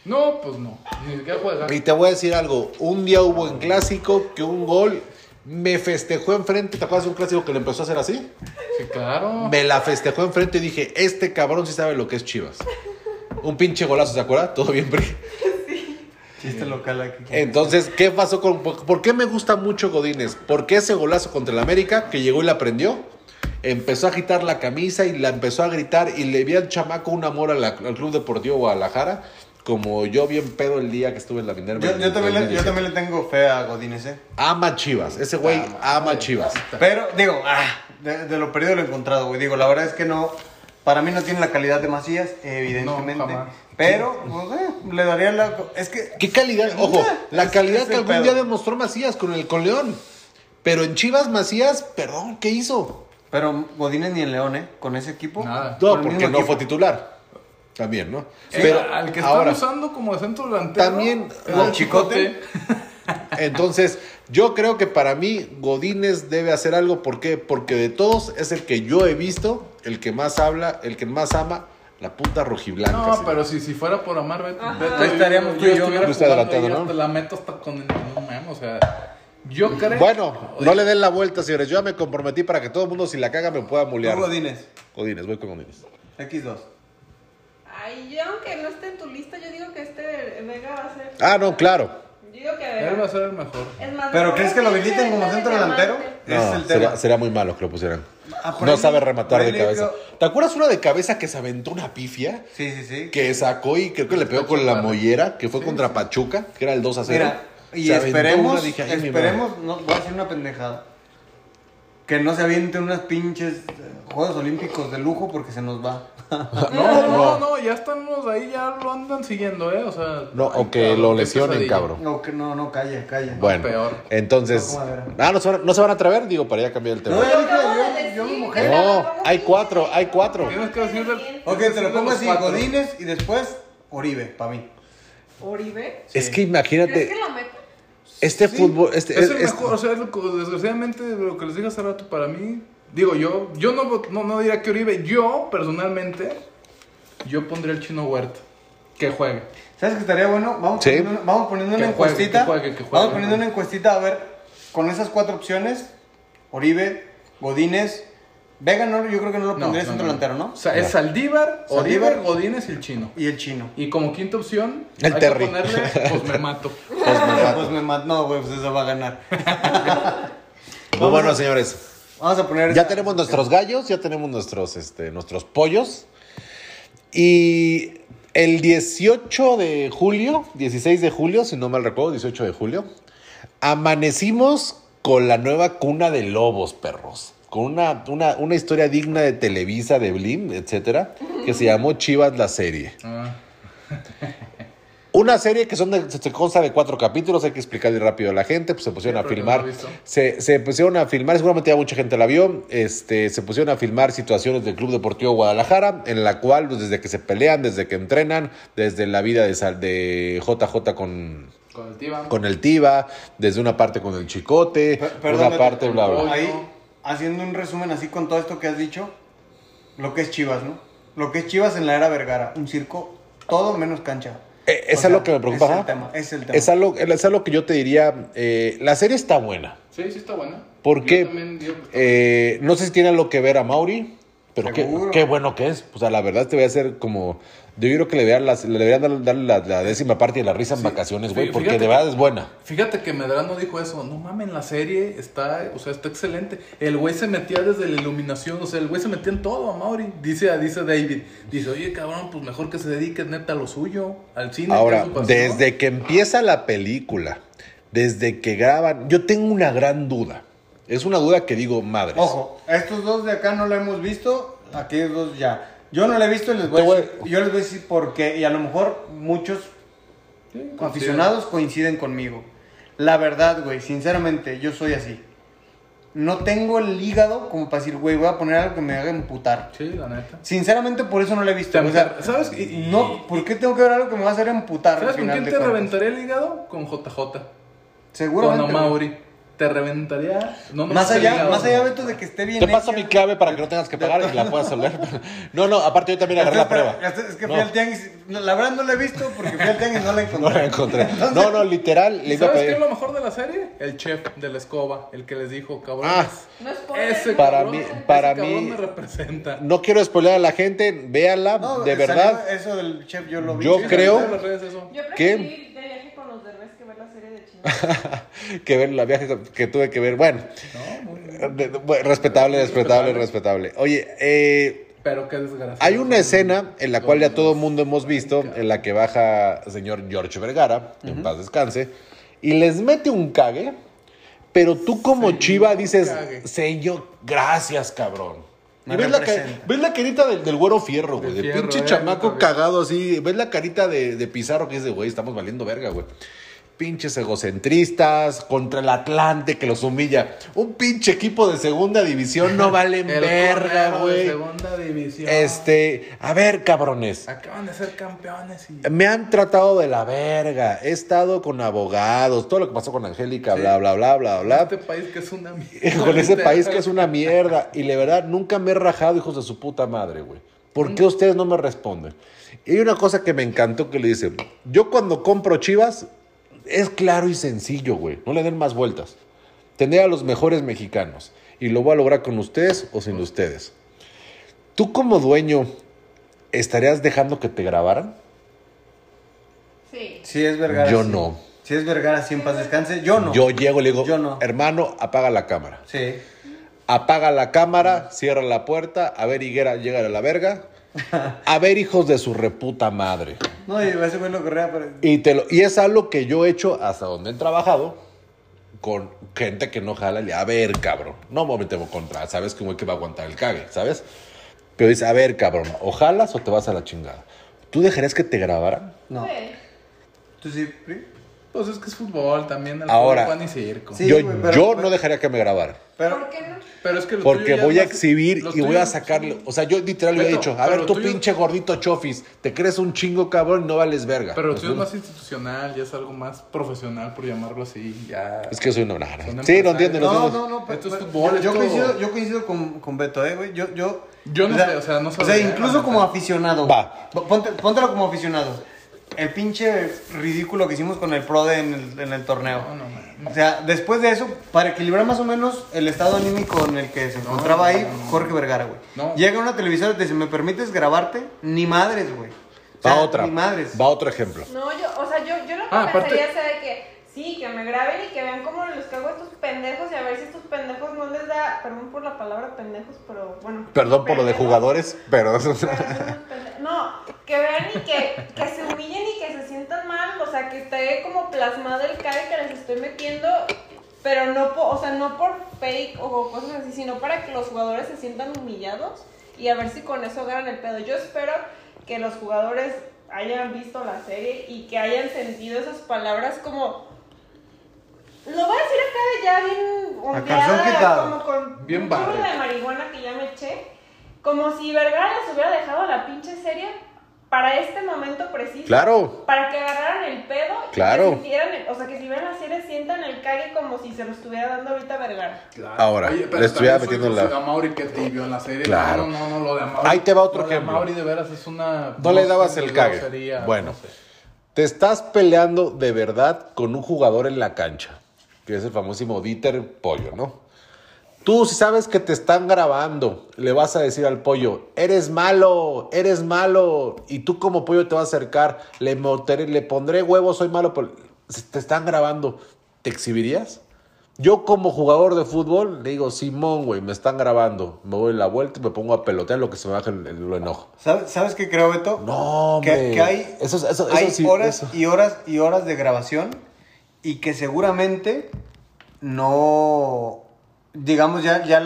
No, pues no. Ni siquiera juega. Y te voy a decir algo, un día hubo en clásico que un gol me festejó enfrente, ¿te acuerdas de un clásico que le empezó a hacer así? Sí, claro. Me la festejó enfrente y dije, este cabrón sí sabe lo que es Chivas. Un pinche golazo, ¿se acuerda? Todo bien, Pri? Chiste local aquí. Eh, Entonces, ¿qué pasó con... ¿Por por qué me gusta mucho Godínez? Porque ese golazo contra el América, que llegó y la prendió, empezó a agitar la camisa y la empezó a gritar y le vi al chamaco un amor a la- al Club Deportivo Guadalajara. como yo bien pedo el día que estuve en la Minerva. Yo, en yo también le, yo 2017. también le tengo fe a Godínez, ¿eh? Ama Chivas, ese güey ama Chivas. Pero, digo, ah, de, de lo perdido lo encontrado, güey. Digo, la verdad es que no. Para mí no tiene la calidad de Macías, evidentemente. No, jamás. pero, no sé, le daría la. Es que. ¿Qué calidad? Ojo, Ah, la es- calidad es que el algún pedo. día demostró Macías con el con León. Pero en Chivas Macías, perdón, ¿qué hizo? Pero Godínez ni en León, ¿eh? Con ese equipo. Nada. Con No, el porque mismo no equipo. fue titular. También, ¿no? Pero al que están usando como de centro delantero. También, el al chicote. Entonces, yo creo que para mí Godínez debe hacer algo. ¿Por qué? Porque de todos es el que yo he visto, el que más habla, el que más ama, la puta rojiblanca. No, señor. pero si, si fuera por amar, Beto, Ajá. Beto, Ahí estaríamos tú y yo, ¿no? estuviera Tú estás jugando adelantado, ahí ¿no? Mm. hasta la meto hasta con el. No mames, o sea. Yo creo. Bueno, no le den la vuelta, señores. Yo ya me comprometí para que todo el mundo, si la caga, me pueda mulear. Tú, Godínez, Godínez, voy con Godínez. X2. Ay, yo aunque no esté en tu lista, yo digo que este Vega va a ser. Ah, no, claro. Yo digo que Él va Vega. a ser el mejor. Es más, ¿Pero no crees que lo tiene habiliten como nada de centro delantero? diamante. Ese es No, el sería, tema. sería muy malo que lo pusieran. Ah, por No ahí- sabe rematar por ahí de le cabeza. creo- ¿Te acuerdas una de cabeza que se aventó una pifia? Sí, sí, sí. que sacó y creo que le pegó con la mollera, que fue contra Pachuca, que era el 2 a 0. Mira, y Se aventó esperemos, una, dije, "Ay, mi madre". esperemos, no, voy a hacer una pendejada. Que no se avienten unas pinches eh, Juegos Olímpicos de lujo porque se nos va. No, no, no, ya estamos ahí, ya lo andan siguiendo, ¿eh? O sea. No, ay, o que cabrón, lo qué lesionen, pesadilla. cabrón. No, que no, no, calla, calla. Bueno, peor. entonces. No, ¿cómo era? Ah, ¿no se, van, no se van a atrever, digo, para ya cambiar el tema. No, No, ya dije, acabo yo- de yo me decir. mojé. hay cuatro, hay cuatro. Tienes que decir del- Ok, te de lo pongo los así, cuatro. Godínez y después Oribe, para mí. Oribe. Es que ¿Crees imagínate, que lo meto? este Sí, fútbol. Este, es el este- mejor, o sea, es lo que- desgraciadamente lo que les dije hace rato para mí, digo yo, yo no, vot- no, no diría que Oribe, yo personalmente, yo pondría el chino Huerta, que juegue. ¿Sabes qué estaría bueno? Vamos Sí. poniendo, una- vamos poniendo una Que juegue, encuestita. que juegue, que juegue. vamos poniendo una encuestita a ver, con esas cuatro opciones, Oribe, Godínez, Vega no, yo creo que no lo pondría en centro delantero, ¿no? O sea, es Saldívar, Oribe, Saldívar. Godínez y el chino. Y el chino. Y como quinta opción, El hay Terry. que ponerle, pues me mato. Pues me mat- No, güey, pues eso va a ganar. Muy bueno, señores. Vamos a poner. Ya esa- tenemos nuestros gallos, ya tenemos nuestros, este, nuestros pollos. Y el 18 de julio, 16 de julio, si no mal recuerdo, 18 de julio, amanecimos con la nueva cuna de lobos, perros. Con una, una, una historia digna de Televisa, de Blim, etcétera, que se llamó Chivas la serie. Ah, Una serie que son de- se se consta de cuatro capítulos, hay que explicarle rápido a la gente, pues se pusieron Sí, a porque filmar, no lo he visto. se, se pusieron a filmar, seguramente ya mucha gente la vio, este, se pusieron a filmar situaciones del Club Deportivo Guadalajara, en la cual pues, desde que se pelean, desde que entrenan, desde la vida de, Sal- de JJ con, con el Tiva. con el Tiva, desde una parte con el Chicote, Per- una perdónate, parte bla bla. Ahí, haciendo un resumen así con todo esto que has dicho, lo que es Chivas, ¿no? Lo que es Chivas en la era Vergara, un circo todo menos cancha. Eh, es O sea, algo que me preocupa. Es el ajá. tema, es el tema. Es algo, es algo que yo te diría, eh, la serie está buena. Sí, sí está buena. Yo Porque también digo que está eh, no sé si tiene algo que ver a Mauri, pero qué, Seguro. qué bueno que es. O sea, la verdad te voy a hacer como. Yo creo que le deberían, las- le deberían dar- darle la, la décima parte de la risa en vacaciones, güey, Sí, porque fíjate de verdad es buena. Fíjate que Medrano no dijo eso. No mames, la serie está, o sea, está excelente. El güey se metía desde la iluminación, o sea, el güey se metía en todo a Mauri. Dice, dice David, dice, oye cabrón, pues mejor que se dedique neta a lo suyo, al cine. que Ahora, es su pasión". desde que empieza la película, desde que graban, yo tengo una gran duda. Es una duda que digo, madres. Ojo, a estos dos de acá no la hemos visto, aquellos dos ya. Yo no la he visto y les voy, a Te voy- decir, yo les voy a decir por qué, y a lo mejor muchos Sí, aficionados coinciden conmigo. La verdad, güey, sinceramente, yo soy así. No tengo el hígado como para decir, güey, voy a poner algo que me haga emputar. Sí, la neta. Sinceramente, por eso no la he visto. Te O sea, aventar- ¿sabes? Y- y- no, ¿por qué tengo que ver algo que me va a hacer emputar? ¿Sabes al con final quién de te cuentas? reventaría el hígado? Con JJ. Con Seguramente. güey. Mauri. Te reventaría. No, no Más el allá, hígado, más allá, no. Beto, de que esté bien. Te paso hecha. mi clave para que no tengas que pagar y la puedas hablar. No, no, aparte yo también agarré la Espera, prueba. espera, Es que fui No. al tianguis. no, La verdad no la he visto porque fui al tianguis y no la No la encontré. encontré. No, no, literal, le ¿Y iba a ¿Sabes qué pedir. es lo mejor de la serie? El chef de la escoba, el que les dijo, cabrón. Ah. No es por Ese Para cabrón, mí- ese para cabrón mí- me representa. No quiero spoiler a la gente, véanla, No, de salió verdad. Eso del chef yo lo vi. Yo Sí, creo- En las redes eso. Yo ¿Qué? preferí ir de viaje con los derbes que ver la serie de Chivas. que ver la viaje que tuve que ver. Bueno, No, muy bien. de- de- bueno, respetable, respetable, respetable. Oye, eh, Pero qué desgracia. Hay una escena en la cual ya todo mundo hemos visto, en la que baja el señor George Vergara, que en paz descanse, y les mete un cague, pero tú como chiva dices, cague. señor, gracias, cabrón. Y Me ves, la ca- representa. ves la carita del, del güero fierro, güey, Del del Fierro, pinche eh, chamaco neta, cagado así, ves la carita de, de Pizarro que dice, güey, estamos valiendo verga, güey. Pinches egocentristas contra el Atlante que los humilla. Un pinche equipo de segunda división no valen El verga, Cornero de güey. Segunda división. Este, a ver, cabrones. Acaban de ser campeones y. Me han tratado de la verga. He estado con abogados, todo lo que pasó con Angélica, bla, bla, bla, bla, bla. Este país que es una mierda. Con ese Ahorita. país que es una mierda. Y la verdad, nunca me he rajado, hijos de su puta madre, güey. ¿Por qué ustedes no me responden? Y hay una cosa que me encantó que le dice, yo cuando compro chivas, es claro y sencillo, güey. No le den más vueltas. Tener a los mejores mexicanos. Y lo voy a lograr con ustedes o sin ustedes. ¿Tú como dueño estarías dejando que te grabaran? Sí. Sí es Vergara. Yo sí. no. Sí es Vergara, sí en paz descanse. Yo no. Yo llego y le digo, Yo no. hermano, apaga la cámara. Sí. Apaga la cámara, cierra la puerta. A ver, Higuera, llega a la verga. A ver, hijos de su reputa madre. No, y ese güey lo correa, pero... Y, te lo- y es algo que yo he hecho hasta donde he trabajado con gente que no jala. le- A ver, cabrón, no me metemos contra. Sabes que un güey que va a aguantar el cague, ¿sabes? Pero dice, a ver, cabrón, o jalas o te vas a la chingada. ¿Tú dejarías que te grabaran? No. Sí. ¿Tú sí, Pri? Pues es que es fútbol también. El Ahora. fútbol, pan y circo. Sí, yo güey, pero- pues yo no dejaría que me grabaran. Pero... ¿Por qué no? Pero es que lo Porque tuyo ya voy a es más- exhibir lo y voy tuyo- a sacarle. O sea, yo literal le he Beto, dicho, a ver, pero tú tuyo- pinche gordito chofis, te crees un chingo cabrón y no vales verga. Pero Pues, tú es no. más institucional, ya es algo más profesional, por llamarlo así. Ya. Es que soy una nada. Son Sí, empresarios. no entiendo. No, No, entiendo. no, no, pero, Esto es pero fútbol, yo, yo esto- coincido, yo coincido con, con Beto, eh, güey. Yo, yo, Yo no sé, o sea, no O sea, sabría, la incluso neta. como aficionado. Va. P- Ponte, póntelo como aficionado. El pinche ridículo que hicimos con el PRODE en el, en el torneo. No, no, no. O sea, después de eso, para equilibrar más o menos el estado anímico en el que se encontraba ahí Jorge Vergara, güey. No. Llega una televisora y te dice, ¿me permites grabarte? Ni madres, güey. O Va sea, otra. Ni madres. Va otro ejemplo. No, yo, o sea, yo, yo lo que Ah, aparte- pensaría sea de que sí, que me graben y que vean cómo los cago a estos pendejos y a ver si estos pendejos no les da, perdón por la palabra pendejos, pero bueno. Perdón por lo de pendejos, jugadores, pero. pero son unos pende- No, que vean y que, que se humillen y que se sientan mal, o sea, que esté como plasmado el cara que les estoy metiendo, pero no, po- o sea, no por fake o cosas así, sino para que los jugadores se sientan humillados y a ver si con eso ganan el pedo. Yo espero que los jugadores hayan visto la serie y que hayan sentido esas palabras como... Lo voy a decir acá de ya bien calzón ondeada, quitado. como con Bien un chorro barrio. de marihuana que ya me eché. Como si Vergara les hubiera dejado la pinche serie para este momento preciso. Claro. Para que agarraran el pedo. y Claro. que sintieran el- o sea, que si ven la serie sientan el cague como si se lo estuviera dando ahorita Vergara. Claro. Ahora, pero le estuviera también metiendo soy- la- soy A Mauri que tibio en la serie. Claro. No, no, no, lo de Mauri. Ahí te va otro lo de ejemplo. Mauri de veras es una. No le dabas el cague. grosería, Bueno. no sé. Te estás peleando de verdad con un jugador en la cancha, que es el famosísimo Dieter Pollo, ¿no? Tú si sabes que te están grabando, le vas a decir al pollo, eres malo, eres malo, y tú como pollo te vas a acercar, le, moteré- le pondré huevo, soy malo, pero si te están grabando, ¿te exhibirías? Yo como jugador de fútbol le digo, Simón, güey, me están grabando, me doy la vuelta y me pongo a pelotear lo que se me baja el, el- lo enojo. ¿Sabes, ¿Sabes qué creo, Beto? No, hombre. que, que hay, Eso es- eso- eso hay sí, horas eso. y horas y horas de grabación y que seguramente no, digamos, ya, ya,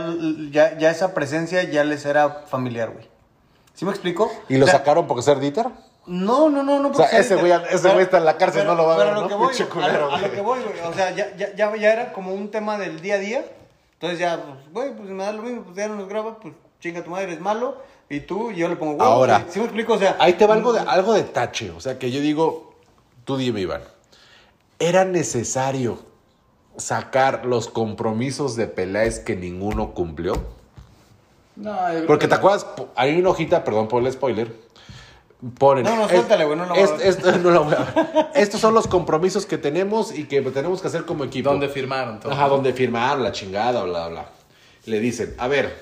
ya, ya esa presencia ya les era familiar, güey. ¿Sí me explico? ¿Y lo O sea, sacaron porque ser Dieter? No, no, no, no. sea, porque ese güey- ese güey está en la cárcel, no lo va a pero ver, ¿no? que voy, Pinche güey, a, culero, lo, a lo güey. que voy, güey. O sea, ya, ya, ya, ya era como un tema del día a día. Entonces ya, pues, güey, pues me da lo mismo, pues ya no nos graba, pues chinga tu madre, es malo. Y tú, y yo le pongo, güey. Ahora. ¿Sí me explico? O sea, Ahí te va algo de, algo de tache. O sea, que yo digo, tú dime, Iván. Era necesario sacar los compromisos de Peláez que ninguno cumplió. No, yo- Porque te acuerdas, po- hay una hojita, perdón por el spoiler. Ponen, No, no, es- suéltale, güey, no lo voy a es- ver. es- no lo voy a ver. Estos son los compromisos que tenemos y que tenemos que hacer como equipo. Donde firmaron todo. Ajá, donde firmaron la chingada, bla, bla. Le dicen, a ver,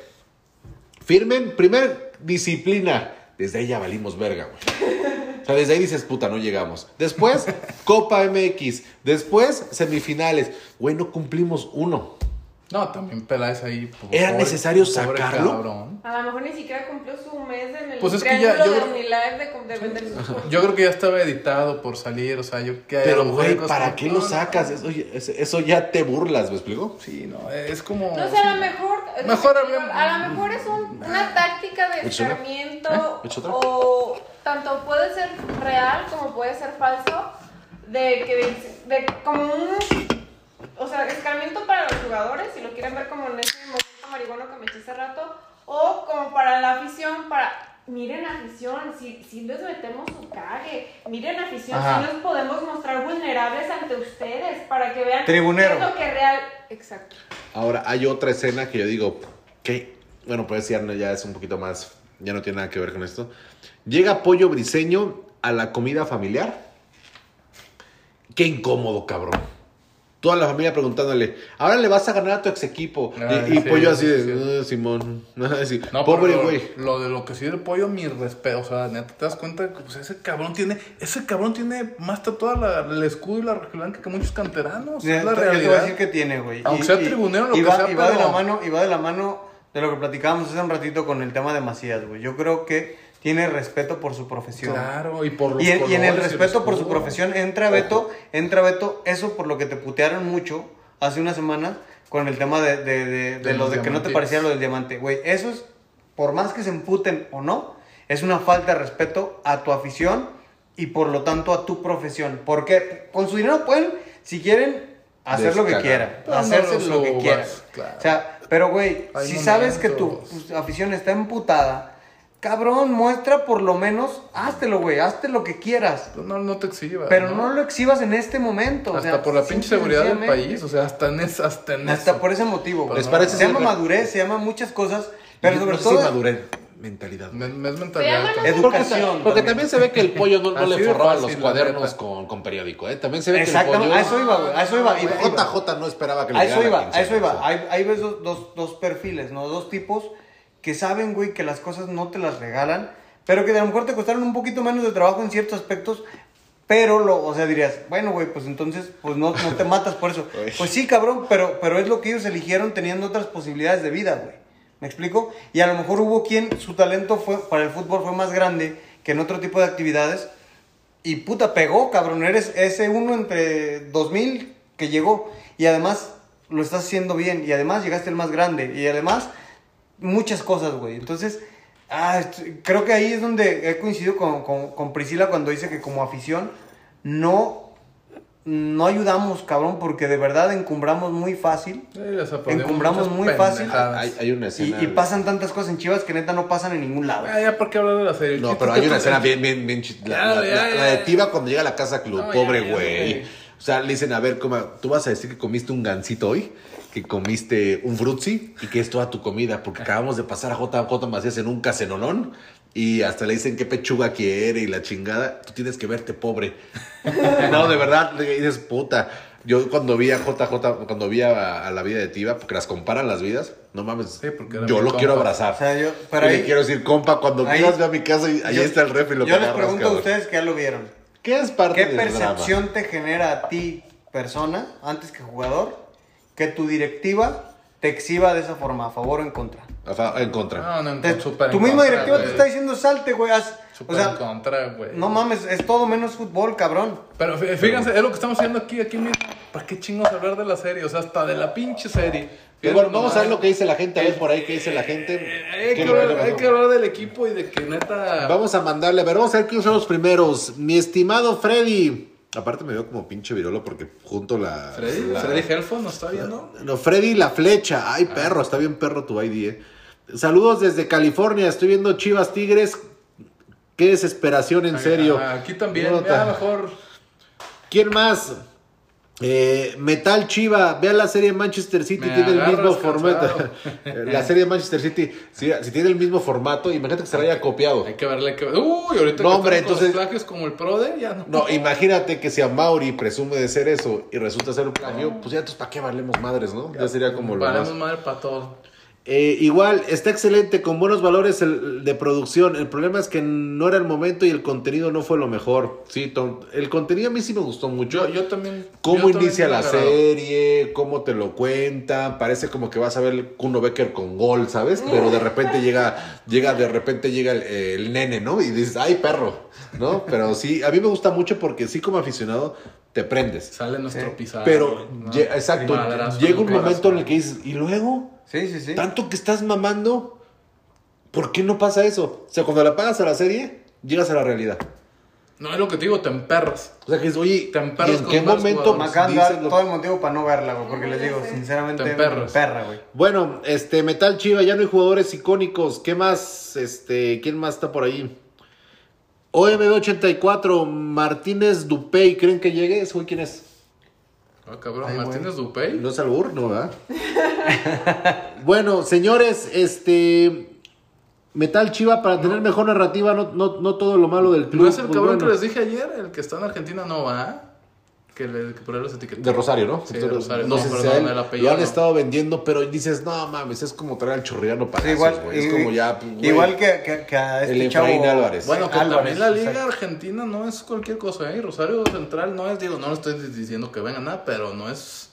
firmen, primer disciplina. Desde ahí ya valimos verga, güey. O sea, desde ahí dices, puta, no llegamos. Después, Copa MX. Después, semifinales. Güey, no cumplimos uno. No, también Peláez ahí. po- ¿Era necesario sacarlo? cabrón. A lo mejor ni siquiera cumplió su mes en el Pues es que ya- triángulo yo de creo- Unilife de, com- de vender sus cosas. Yo creo que ya estaba editado por salir, o sea, yo que a lo Pero, mejor hay güey, cosas ¿para que- qué no, lo no, sacas? Eso, eso ya te burlas, ¿me explico? Sí, no, es como. No sé, a lo mejor. eh, Mejor hablemos- A lo mejor es un- una táctica de Échala. escarmiento. ¿Eh? Échala. O tanto puede ser real como puede ser falso. De que. dice- De, como un. O sea, escarmiento para los jugadores, si lo quieren ver como en ese movimiento marihuano que me eché hace rato. O como para la afición, para. Miren afición, si, si les metemos su cague, miren afición, Ajá. si nos podemos mostrar vulnerables ante ustedes para que vean Tribunero. qué es lo que real. Exacto. Ahora, hay otra escena que yo digo, que, bueno, pues ya, no- ya es un poquito más, ya no tiene nada que ver con esto. Llega Pollo Briseño a la comida familiar. Qué incómodo, cabrón. Toda la familia preguntándole, ahora le vas a ganar a tu ex equipo. Ay, y y sí, Pollo así sí, de, sí. "Ah, Simón, así, No, pobre pero güey. Lo, lo de lo que sí del pollo, mi respeto. O sea, neta, te das cuenta que pues, ese cabrón tiene. Ese cabrón tiene más tatuada la, el escudo y la región blanca que muchos canteranos. Yo es la te- yo te voy a realidad. decir que tiene, güey. Aunque sea tribunero, lo y que va, sea, y va de pero- la mano Y va de la mano de lo que platicábamos hace un ratito con el tema de Macías, güey. Yo creo que tiene respeto por su profesión. Claro, y por los Y, en- y en el colores, respeto por su escudo. profesión entra Beto, entra Beto, eso por lo que te putearon mucho hace unas semanas con el tema de, de, de- de De lo los de que no te diamantes. parecía lo del diamante. Güey, eso es, por más que se emputen o no, es una falta de respeto a tu afición y por lo tanto a tu profesión. Porque con su dinero pueden, si quieren, hacer lo que Descarar. quieran, Pero no hacerse lo lo que subas, quieran. claro. O sea, pero güey, Hay si sabes que tu momentos. pues, afición está emputada, cabrón, muestra por lo menos, háztelo, güey, hazte lo que quieras. Pues, No, no te exhibas. Pero no lo exhibas en este momento. o Hasta sea, por la pinche seguridad del sencillamente. país. O sea, hasta en eso. Hasta en Hasta eso. Pues por ese motivo. güey. ¿Les parece se llama ser- madurez, se llama muchas cosas, pero Yo sobre no sé si todo maduré. mentalidad. Me, me es mentalidad. Vean, cabrón. manos- Porque, educación. ta- porque también se ve que el pollo no, no Así le de forraba fácil, los la cuadernos neta. con, con periódico, ¿eh? También se ve que el Exactamente, pollo... a eso iba, güey, a eso iba. Ah, iba- iba. JJ no esperaba que le A eso dieran la iba, a quincena, eso o sea. iba. Ahí, ahí ves dos, dos- dos perfiles, ¿no? Dos tipos que saben, güey, que las cosas no te las regalan, pero que a lo mejor te costaron un poquito menos de trabajo en ciertos aspectos, pero, lo, o sea, dirías, bueno, güey, pues entonces, pues no, no te matas por eso. Pues sí, cabrón, pero, pero es lo que ellos eligieron teniendo otras posibilidades de vida, güey. ¿Me explico? Y a lo mejor hubo quien su talento fue, para el fútbol fue más grande que en otro tipo de actividades, y puta, pegó, cabrón. Eres ese uno entre 2000 que llegó. Y además lo estás haciendo bien. Y además llegaste el más grande. Y además muchas cosas, güey. Entonces, ah, est- creo que ahí es donde he coincidido con, con- con Priscila cuando dice que como afición no, no ayudamos, cabrón, porque de verdad encumbramos muy fácil. Sí, les aplaudimos Encumbramos muchas muy fácil. pendejadas. Hay, hay una Y, escena... y pasan tantas cosas en Chivas que neta no pasan en ningún lado. Ah, ya, ¿por qué hablar de la serie? El No, chiste pero es que hay una tú- escena bien, bien, bien chit- La, Ya, la- ya, la- ya, la de ya. Tiva cuando llega a la casa club, No, ya, pobre ya, güey. güey. O sea, le dicen, a ver, coma, tú vas a decir que comiste un gansito hoy, que comiste un frutzi y que es toda tu comida, porque Ah. acabamos de pasar a JJ Macías en un casenonón y hasta le dicen qué pechuga quiere y la chingada. Tú tienes que verte pobre. No, de verdad, le dices, puta. Yo cuando vi a JJ, cuando vi a, a la vida de Tiva, porque las comparan las vidas, no mames, Sí, porque era yo mi lo compa. quiero abrazar. O sea, yo- pero Y le ahí- quiero decir, compa, cuando ahí- quieras ve a mi casa y ahí Yo- está el refri lo Yo que les agarras, pregunto a cabrón. ustedes que ya lo vieron. ¿Qué es parte ¿Qué del percepción te genera a ti, persona, antes que jugador, que tu directiva te exhiba de esa forma, a favor o en contra? drama? O sea, en contra. No, no, en- Te- súper en tu misma contra, directiva te güey. está diciendo salte, güey. haz- O Súper en sea, contra, güey. no mames, es todo menos fútbol, cabrón. Pero fí- fíjense, es lo que estamos haciendo aquí, aquí mismo. ¿Para qué chingos hablar de la serie? O sea, hasta de la pinche serie. Y bueno, vamos a ver lo que dice la gente, a ver por ahí qué dice la gente. Eh, Qué Hay que, bueno, hablar, hay bueno. que hablar del equipo y de que neta. ¿eh? Vamos a mandarle, a ver, vamos a ver quiénes son los primeros. Mi estimado Freddy. Aparte me veo como pinche virolo porque junto la... Freddy, la- Freddy Helfo nos está viendo. No, Freddy la flecha. Ah. Ay, perro, está bien perro tu ID, eh. Saludos desde California. Estoy viendo Chivas Tigres. Qué desesperación, en serio. Ah, Aquí también, No, mira, ta- mejor. ¿Quién más? Eh, Metal Chiva, vean la serie de Manchester City, Me tiene el agarras mismo formato. Eh, cansado. la serie de Manchester City, si, si tiene el mismo formato, imagínate que se la haya copiado. Hay que verle, hay que ver- Uy, ahorita No, que hombre, están con entonces- los plagios como el Prode, ya no. No, imagínate que si a Mauri presume de ser eso y resulta ser un plagio, pues ya entonces para qué valemos madres, ¿no? Ya sería como lo Valemos más. madre para todo. Eh, igual, está excelente, con buenos valores el- de producción. El problema es que no era el momento y el contenido no fue lo mejor. Sí, Tom, el contenido a mí sí me gustó mucho. Yo, yo también. ¿Cómo yo también inicia me la agradó. serie? ¿Cómo te lo cuentan? Parece como que vas a ver el Kuno Becker con gol, ¿sabes? Pero de repente llega, llega, de repente llega el, el nene, ¿no? Y dices, ay, perro, ¿no? Pero sí, a mí me gusta mucho porque sí como aficionado te prendes. Sale nuestro pizarro. Pero, ¿no? lle- exacto, Madrazo, llega un madrazo. momento en el que dices, ¿y luego? Sí, sí, sí. Tanto que estás mamando, ¿por qué no pasa eso? O sea, cuando la pagas a la serie, llegas a la realidad. No es lo que te digo, te emperras. O sea, que dices, oye, Te emperras ¿y en con qué malos momento jugadores. Me acaban de dar dices lo- todo el motivo para no verla, güey, porque les digo, Sí. sinceramente, Te me emperras. perra, güey. Bueno, este Metal Chiva, ya no hay jugadores icónicos. ¿Qué más? Este, ¿quién más está por ahí? OMB 84, Martínez Dupey, ¿creen que llegue? ¿Ese güey quién es? Ah, cabrón, Ay, güey. Martínez Dupey. No es albur, no, ¿verdad? bueno, señores, este Metal Chiva para tener mejor narrativa, no, no, no todo lo malo del club. ¿No es el pues cabrón que bueno. les dije ayer? El que está en Argentina no va. Que, le, que por ahí los etiquetó. De Rosario, ¿no? Sí, de Rosario. No, No, sé si perdón, sea él. el apellido, Lo han no. estado vendiendo, pero dices, no mames, es como traer al chorriano para igual, Es i- como ya. pues, güey. igual que, que- que a este El chavo. Efraín Álvarez. Bueno, que Álvarez, también la liga exacto. argentina no es cualquier cosa, ¿eh? Rosario Central no es, digo, no le estoy diciendo que venga nada, pero no es,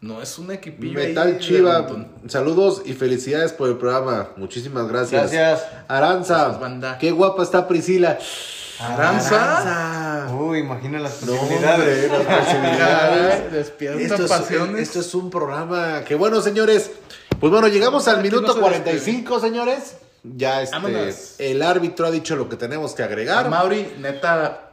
no es un equipillo. ahí Metal de Chiva, montón. saludos y felicidades por el programa. Muchísimas gracias. Gracias. Aranza, Gracias, banda. qué guapa está Priscila. Aranza. Aranza. Uy, imagina las No, posibilidades. hombre, las posibilidades. Ay, Despierta Esto es, pasiones. esto es un programa que bueno, señores. Pues bueno, llegamos al Aquí no minuto se 45, señores. Ya Vámonos. este, el árbitro ha dicho lo que tenemos que agregar. Mauri, neta.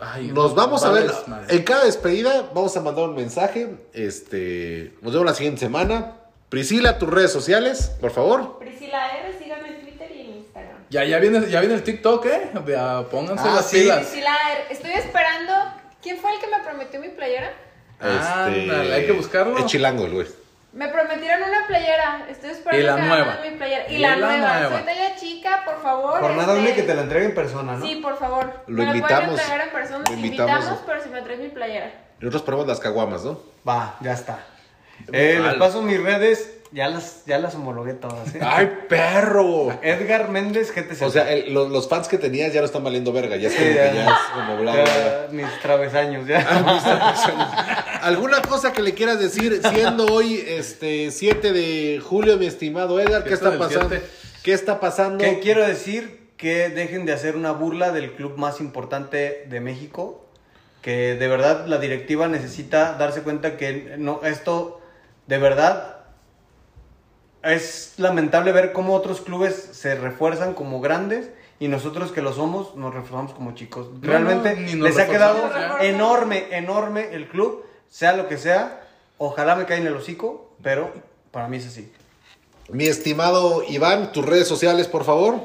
ay, Nos vamos a ver vales madre. en cada despedida. Vamos a mandar un mensaje. Este, nos vemos la siguiente semana. Priscila, tus redes sociales, por favor. Priscila R, síganme en Twitter y en Instagram. Ya, ya viene, ya viene el TikTok, ¿eh? Ya, Pónganse Ah, las sí. pilas. Priscila, estoy esperando. ¿Quién fue el que me prometió mi playera? Ándale, hay que buscarlo. Este, Es chilango el güey. Me prometieron una playera. Estoy esperando Y la que me nueva. hagan mi playera. Y, Y la, la nueva. nueva. Soy talla chica, por favor. Por nada, este, dime que te la entregue en persona, ¿no? Sí, por favor. Lo me la pueden invitamos. entregar en persona. Lo invitamos, invitamos. pero si me traes mi playera. Nosotros ponemos las caguamas, ¿no? Va, ya está. Eh, les paso mis redes, ya las, ya las homologué todas, ¿eh? ¡Ay, perro! Edgar Méndez GTC. O sea, el- lo- los fans que tenías ya lo están valiendo verga. Ya es como Sí, que ya. ya es como bla, bla, bla. Ya, mis travesaños, ya. ¿Alguna cosa que le quieras decir siendo hoy este 7 de julio, mi estimado Edgar? ¿Qué Fiesta está del pasando? 7. ¿Qué está pasando? ¿Qué quiero decir? Que dejen de hacer una burla del club más importante de México. Que de verdad la directiva necesita darse cuenta que no, esto de verdad es lamentable ver cómo otros clubes se refuerzan como grandes y nosotros que lo somos nos reforzamos como chicos. no, Realmente ni nos les ha quedado reforzamos, ya. enorme, enorme el club, sea lo que sea. Ojalá me caiga en el hocico, pero para mí es así. Mi estimado Iván, tus redes sociales, por favor.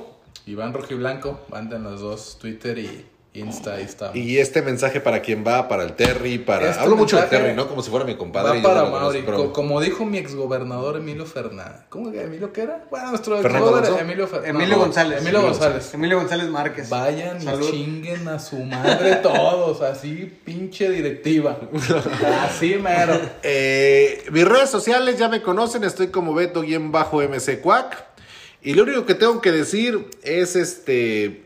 Iván Rojiblanco, banda en las dos, Twitter y Insta, ahí está. Y este mensaje para quien va, para el Terry, para. Este Hablo mucho del mensaje Terry, ¿no? Como si fuera mi compadre. Va y yo para no lo conozco, Mauri, pero- co- como dijo mi exgobernador Emilio Fernández. ¿Cómo que Emilio qué era? Bueno, nuestro Fernando exgobernador Alonso. Emilio Fer- Emilio no, González. Emilio González. Emilio González Márquez. Vayan Salud. y chinguen a su madre todos, así pinche directiva. Así mero. Eh, mis redes sociales ya me conocen, estoy como Beto-MC Cuac. Y lo único que tengo que decir es este.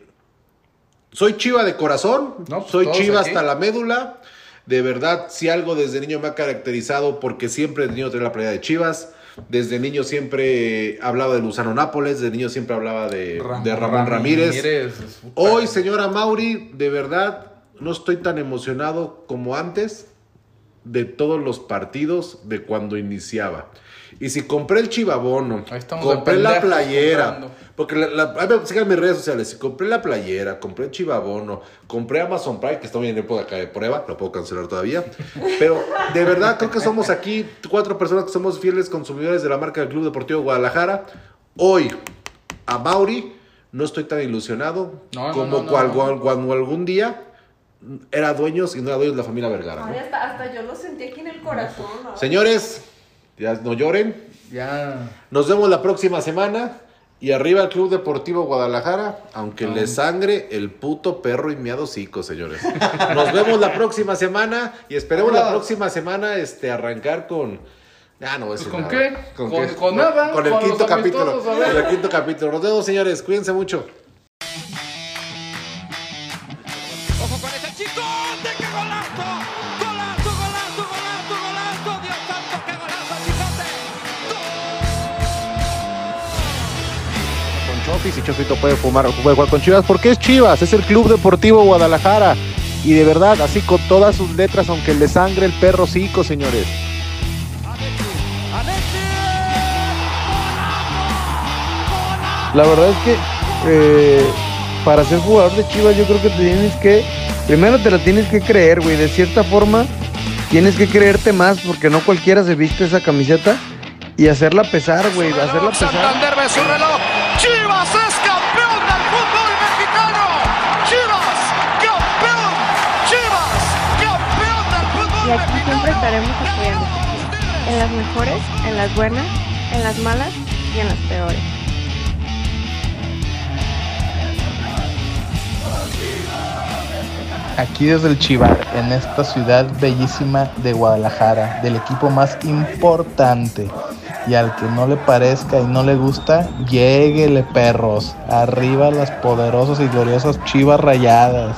Soy chiva de corazón, No, pues, soy todos chiva aquí. hasta la médula. De verdad, si algo desde niño me ha caracterizado, porque siempre de niño tenía la playa de chivas. Desde niño siempre hablaba de Luzano Nápoles, de niño siempre hablaba de, de Ramón Ramírez. Hoy, señora Mauri, de verdad no estoy tan emocionado como antes de todos los partidos de cuando iniciaba. Y si compré el chivabono, Ahí estamos compré de la pendejos playera, comprando. porque la, la- ahí me- sigan mis redes sociales, si compré la playera, compré el chivabono, compré Amazon Prime, que estamos en época de prueba, lo puedo cancelar todavía, pero de verdad creo que somos aquí cuatro personas que somos fieles consumidores de la marca del Club Deportivo Guadalajara. Hoy, a Mauri, no estoy tan ilusionado No, no, como no, no, cual- no. cual- cuando algún día era dueños y no era dueños de la familia Vergara. ¿no? Ay, hasta, hasta yo lo sentí aquí en el corazón. ¿no? Señores, ya no lloren. Ya. Nos vemos la próxima semana. Y arriba el Club Deportivo Guadalajara, aunque le sangre el puto perro y miado cico, señores. Nos vemos la próxima semana y esperemos la próxima semana este, arrancar con, Ya no voy a Pues, decir ¿con nada. qué? Con- con nada, Con el con los quinto capítulo. amistosos, a ver. Con el quinto capítulo. Los dedos, señores. Cuídense mucho. Ojo con ese chico, ¡de qué golazo! ¡Golazo, golazo, golazo, golazo! ¡Dios santo, qué golazo, chicote! con Chofis y Chofito puede fumar puede jugar con Chivas porque es Chivas, es el Club Deportivo Guadalajara. Y de verdad, así con todas sus letras, aunque le sangre el perro cico, señores. La verdad es que eh, para ser jugador de Chivas yo creo que te tienes que, primero te la tienes que creer, güey, de cierta forma tienes que creerte más porque no cualquiera se viste esa camiseta y hacerla pesar, güey, hacerla pesar. Santander ve su reloj. ¡Chivas es campeón del fútbol mexicano! ¡Chivas, campeón! ¡Chivas, campeón del fútbol Y aquí mexicano! siempre estaremos apoyando. ¡Ganamos ustedes! En las mejores, en las buenas, en las malas y en las peores. Aquí desde el Chivar, en esta ciudad bellísima de Guadalajara, del equipo más importante. Y al que no le parezca y no le gusta, lléguele perros. Arriba las poderosas y gloriosas Chivas Rayadas.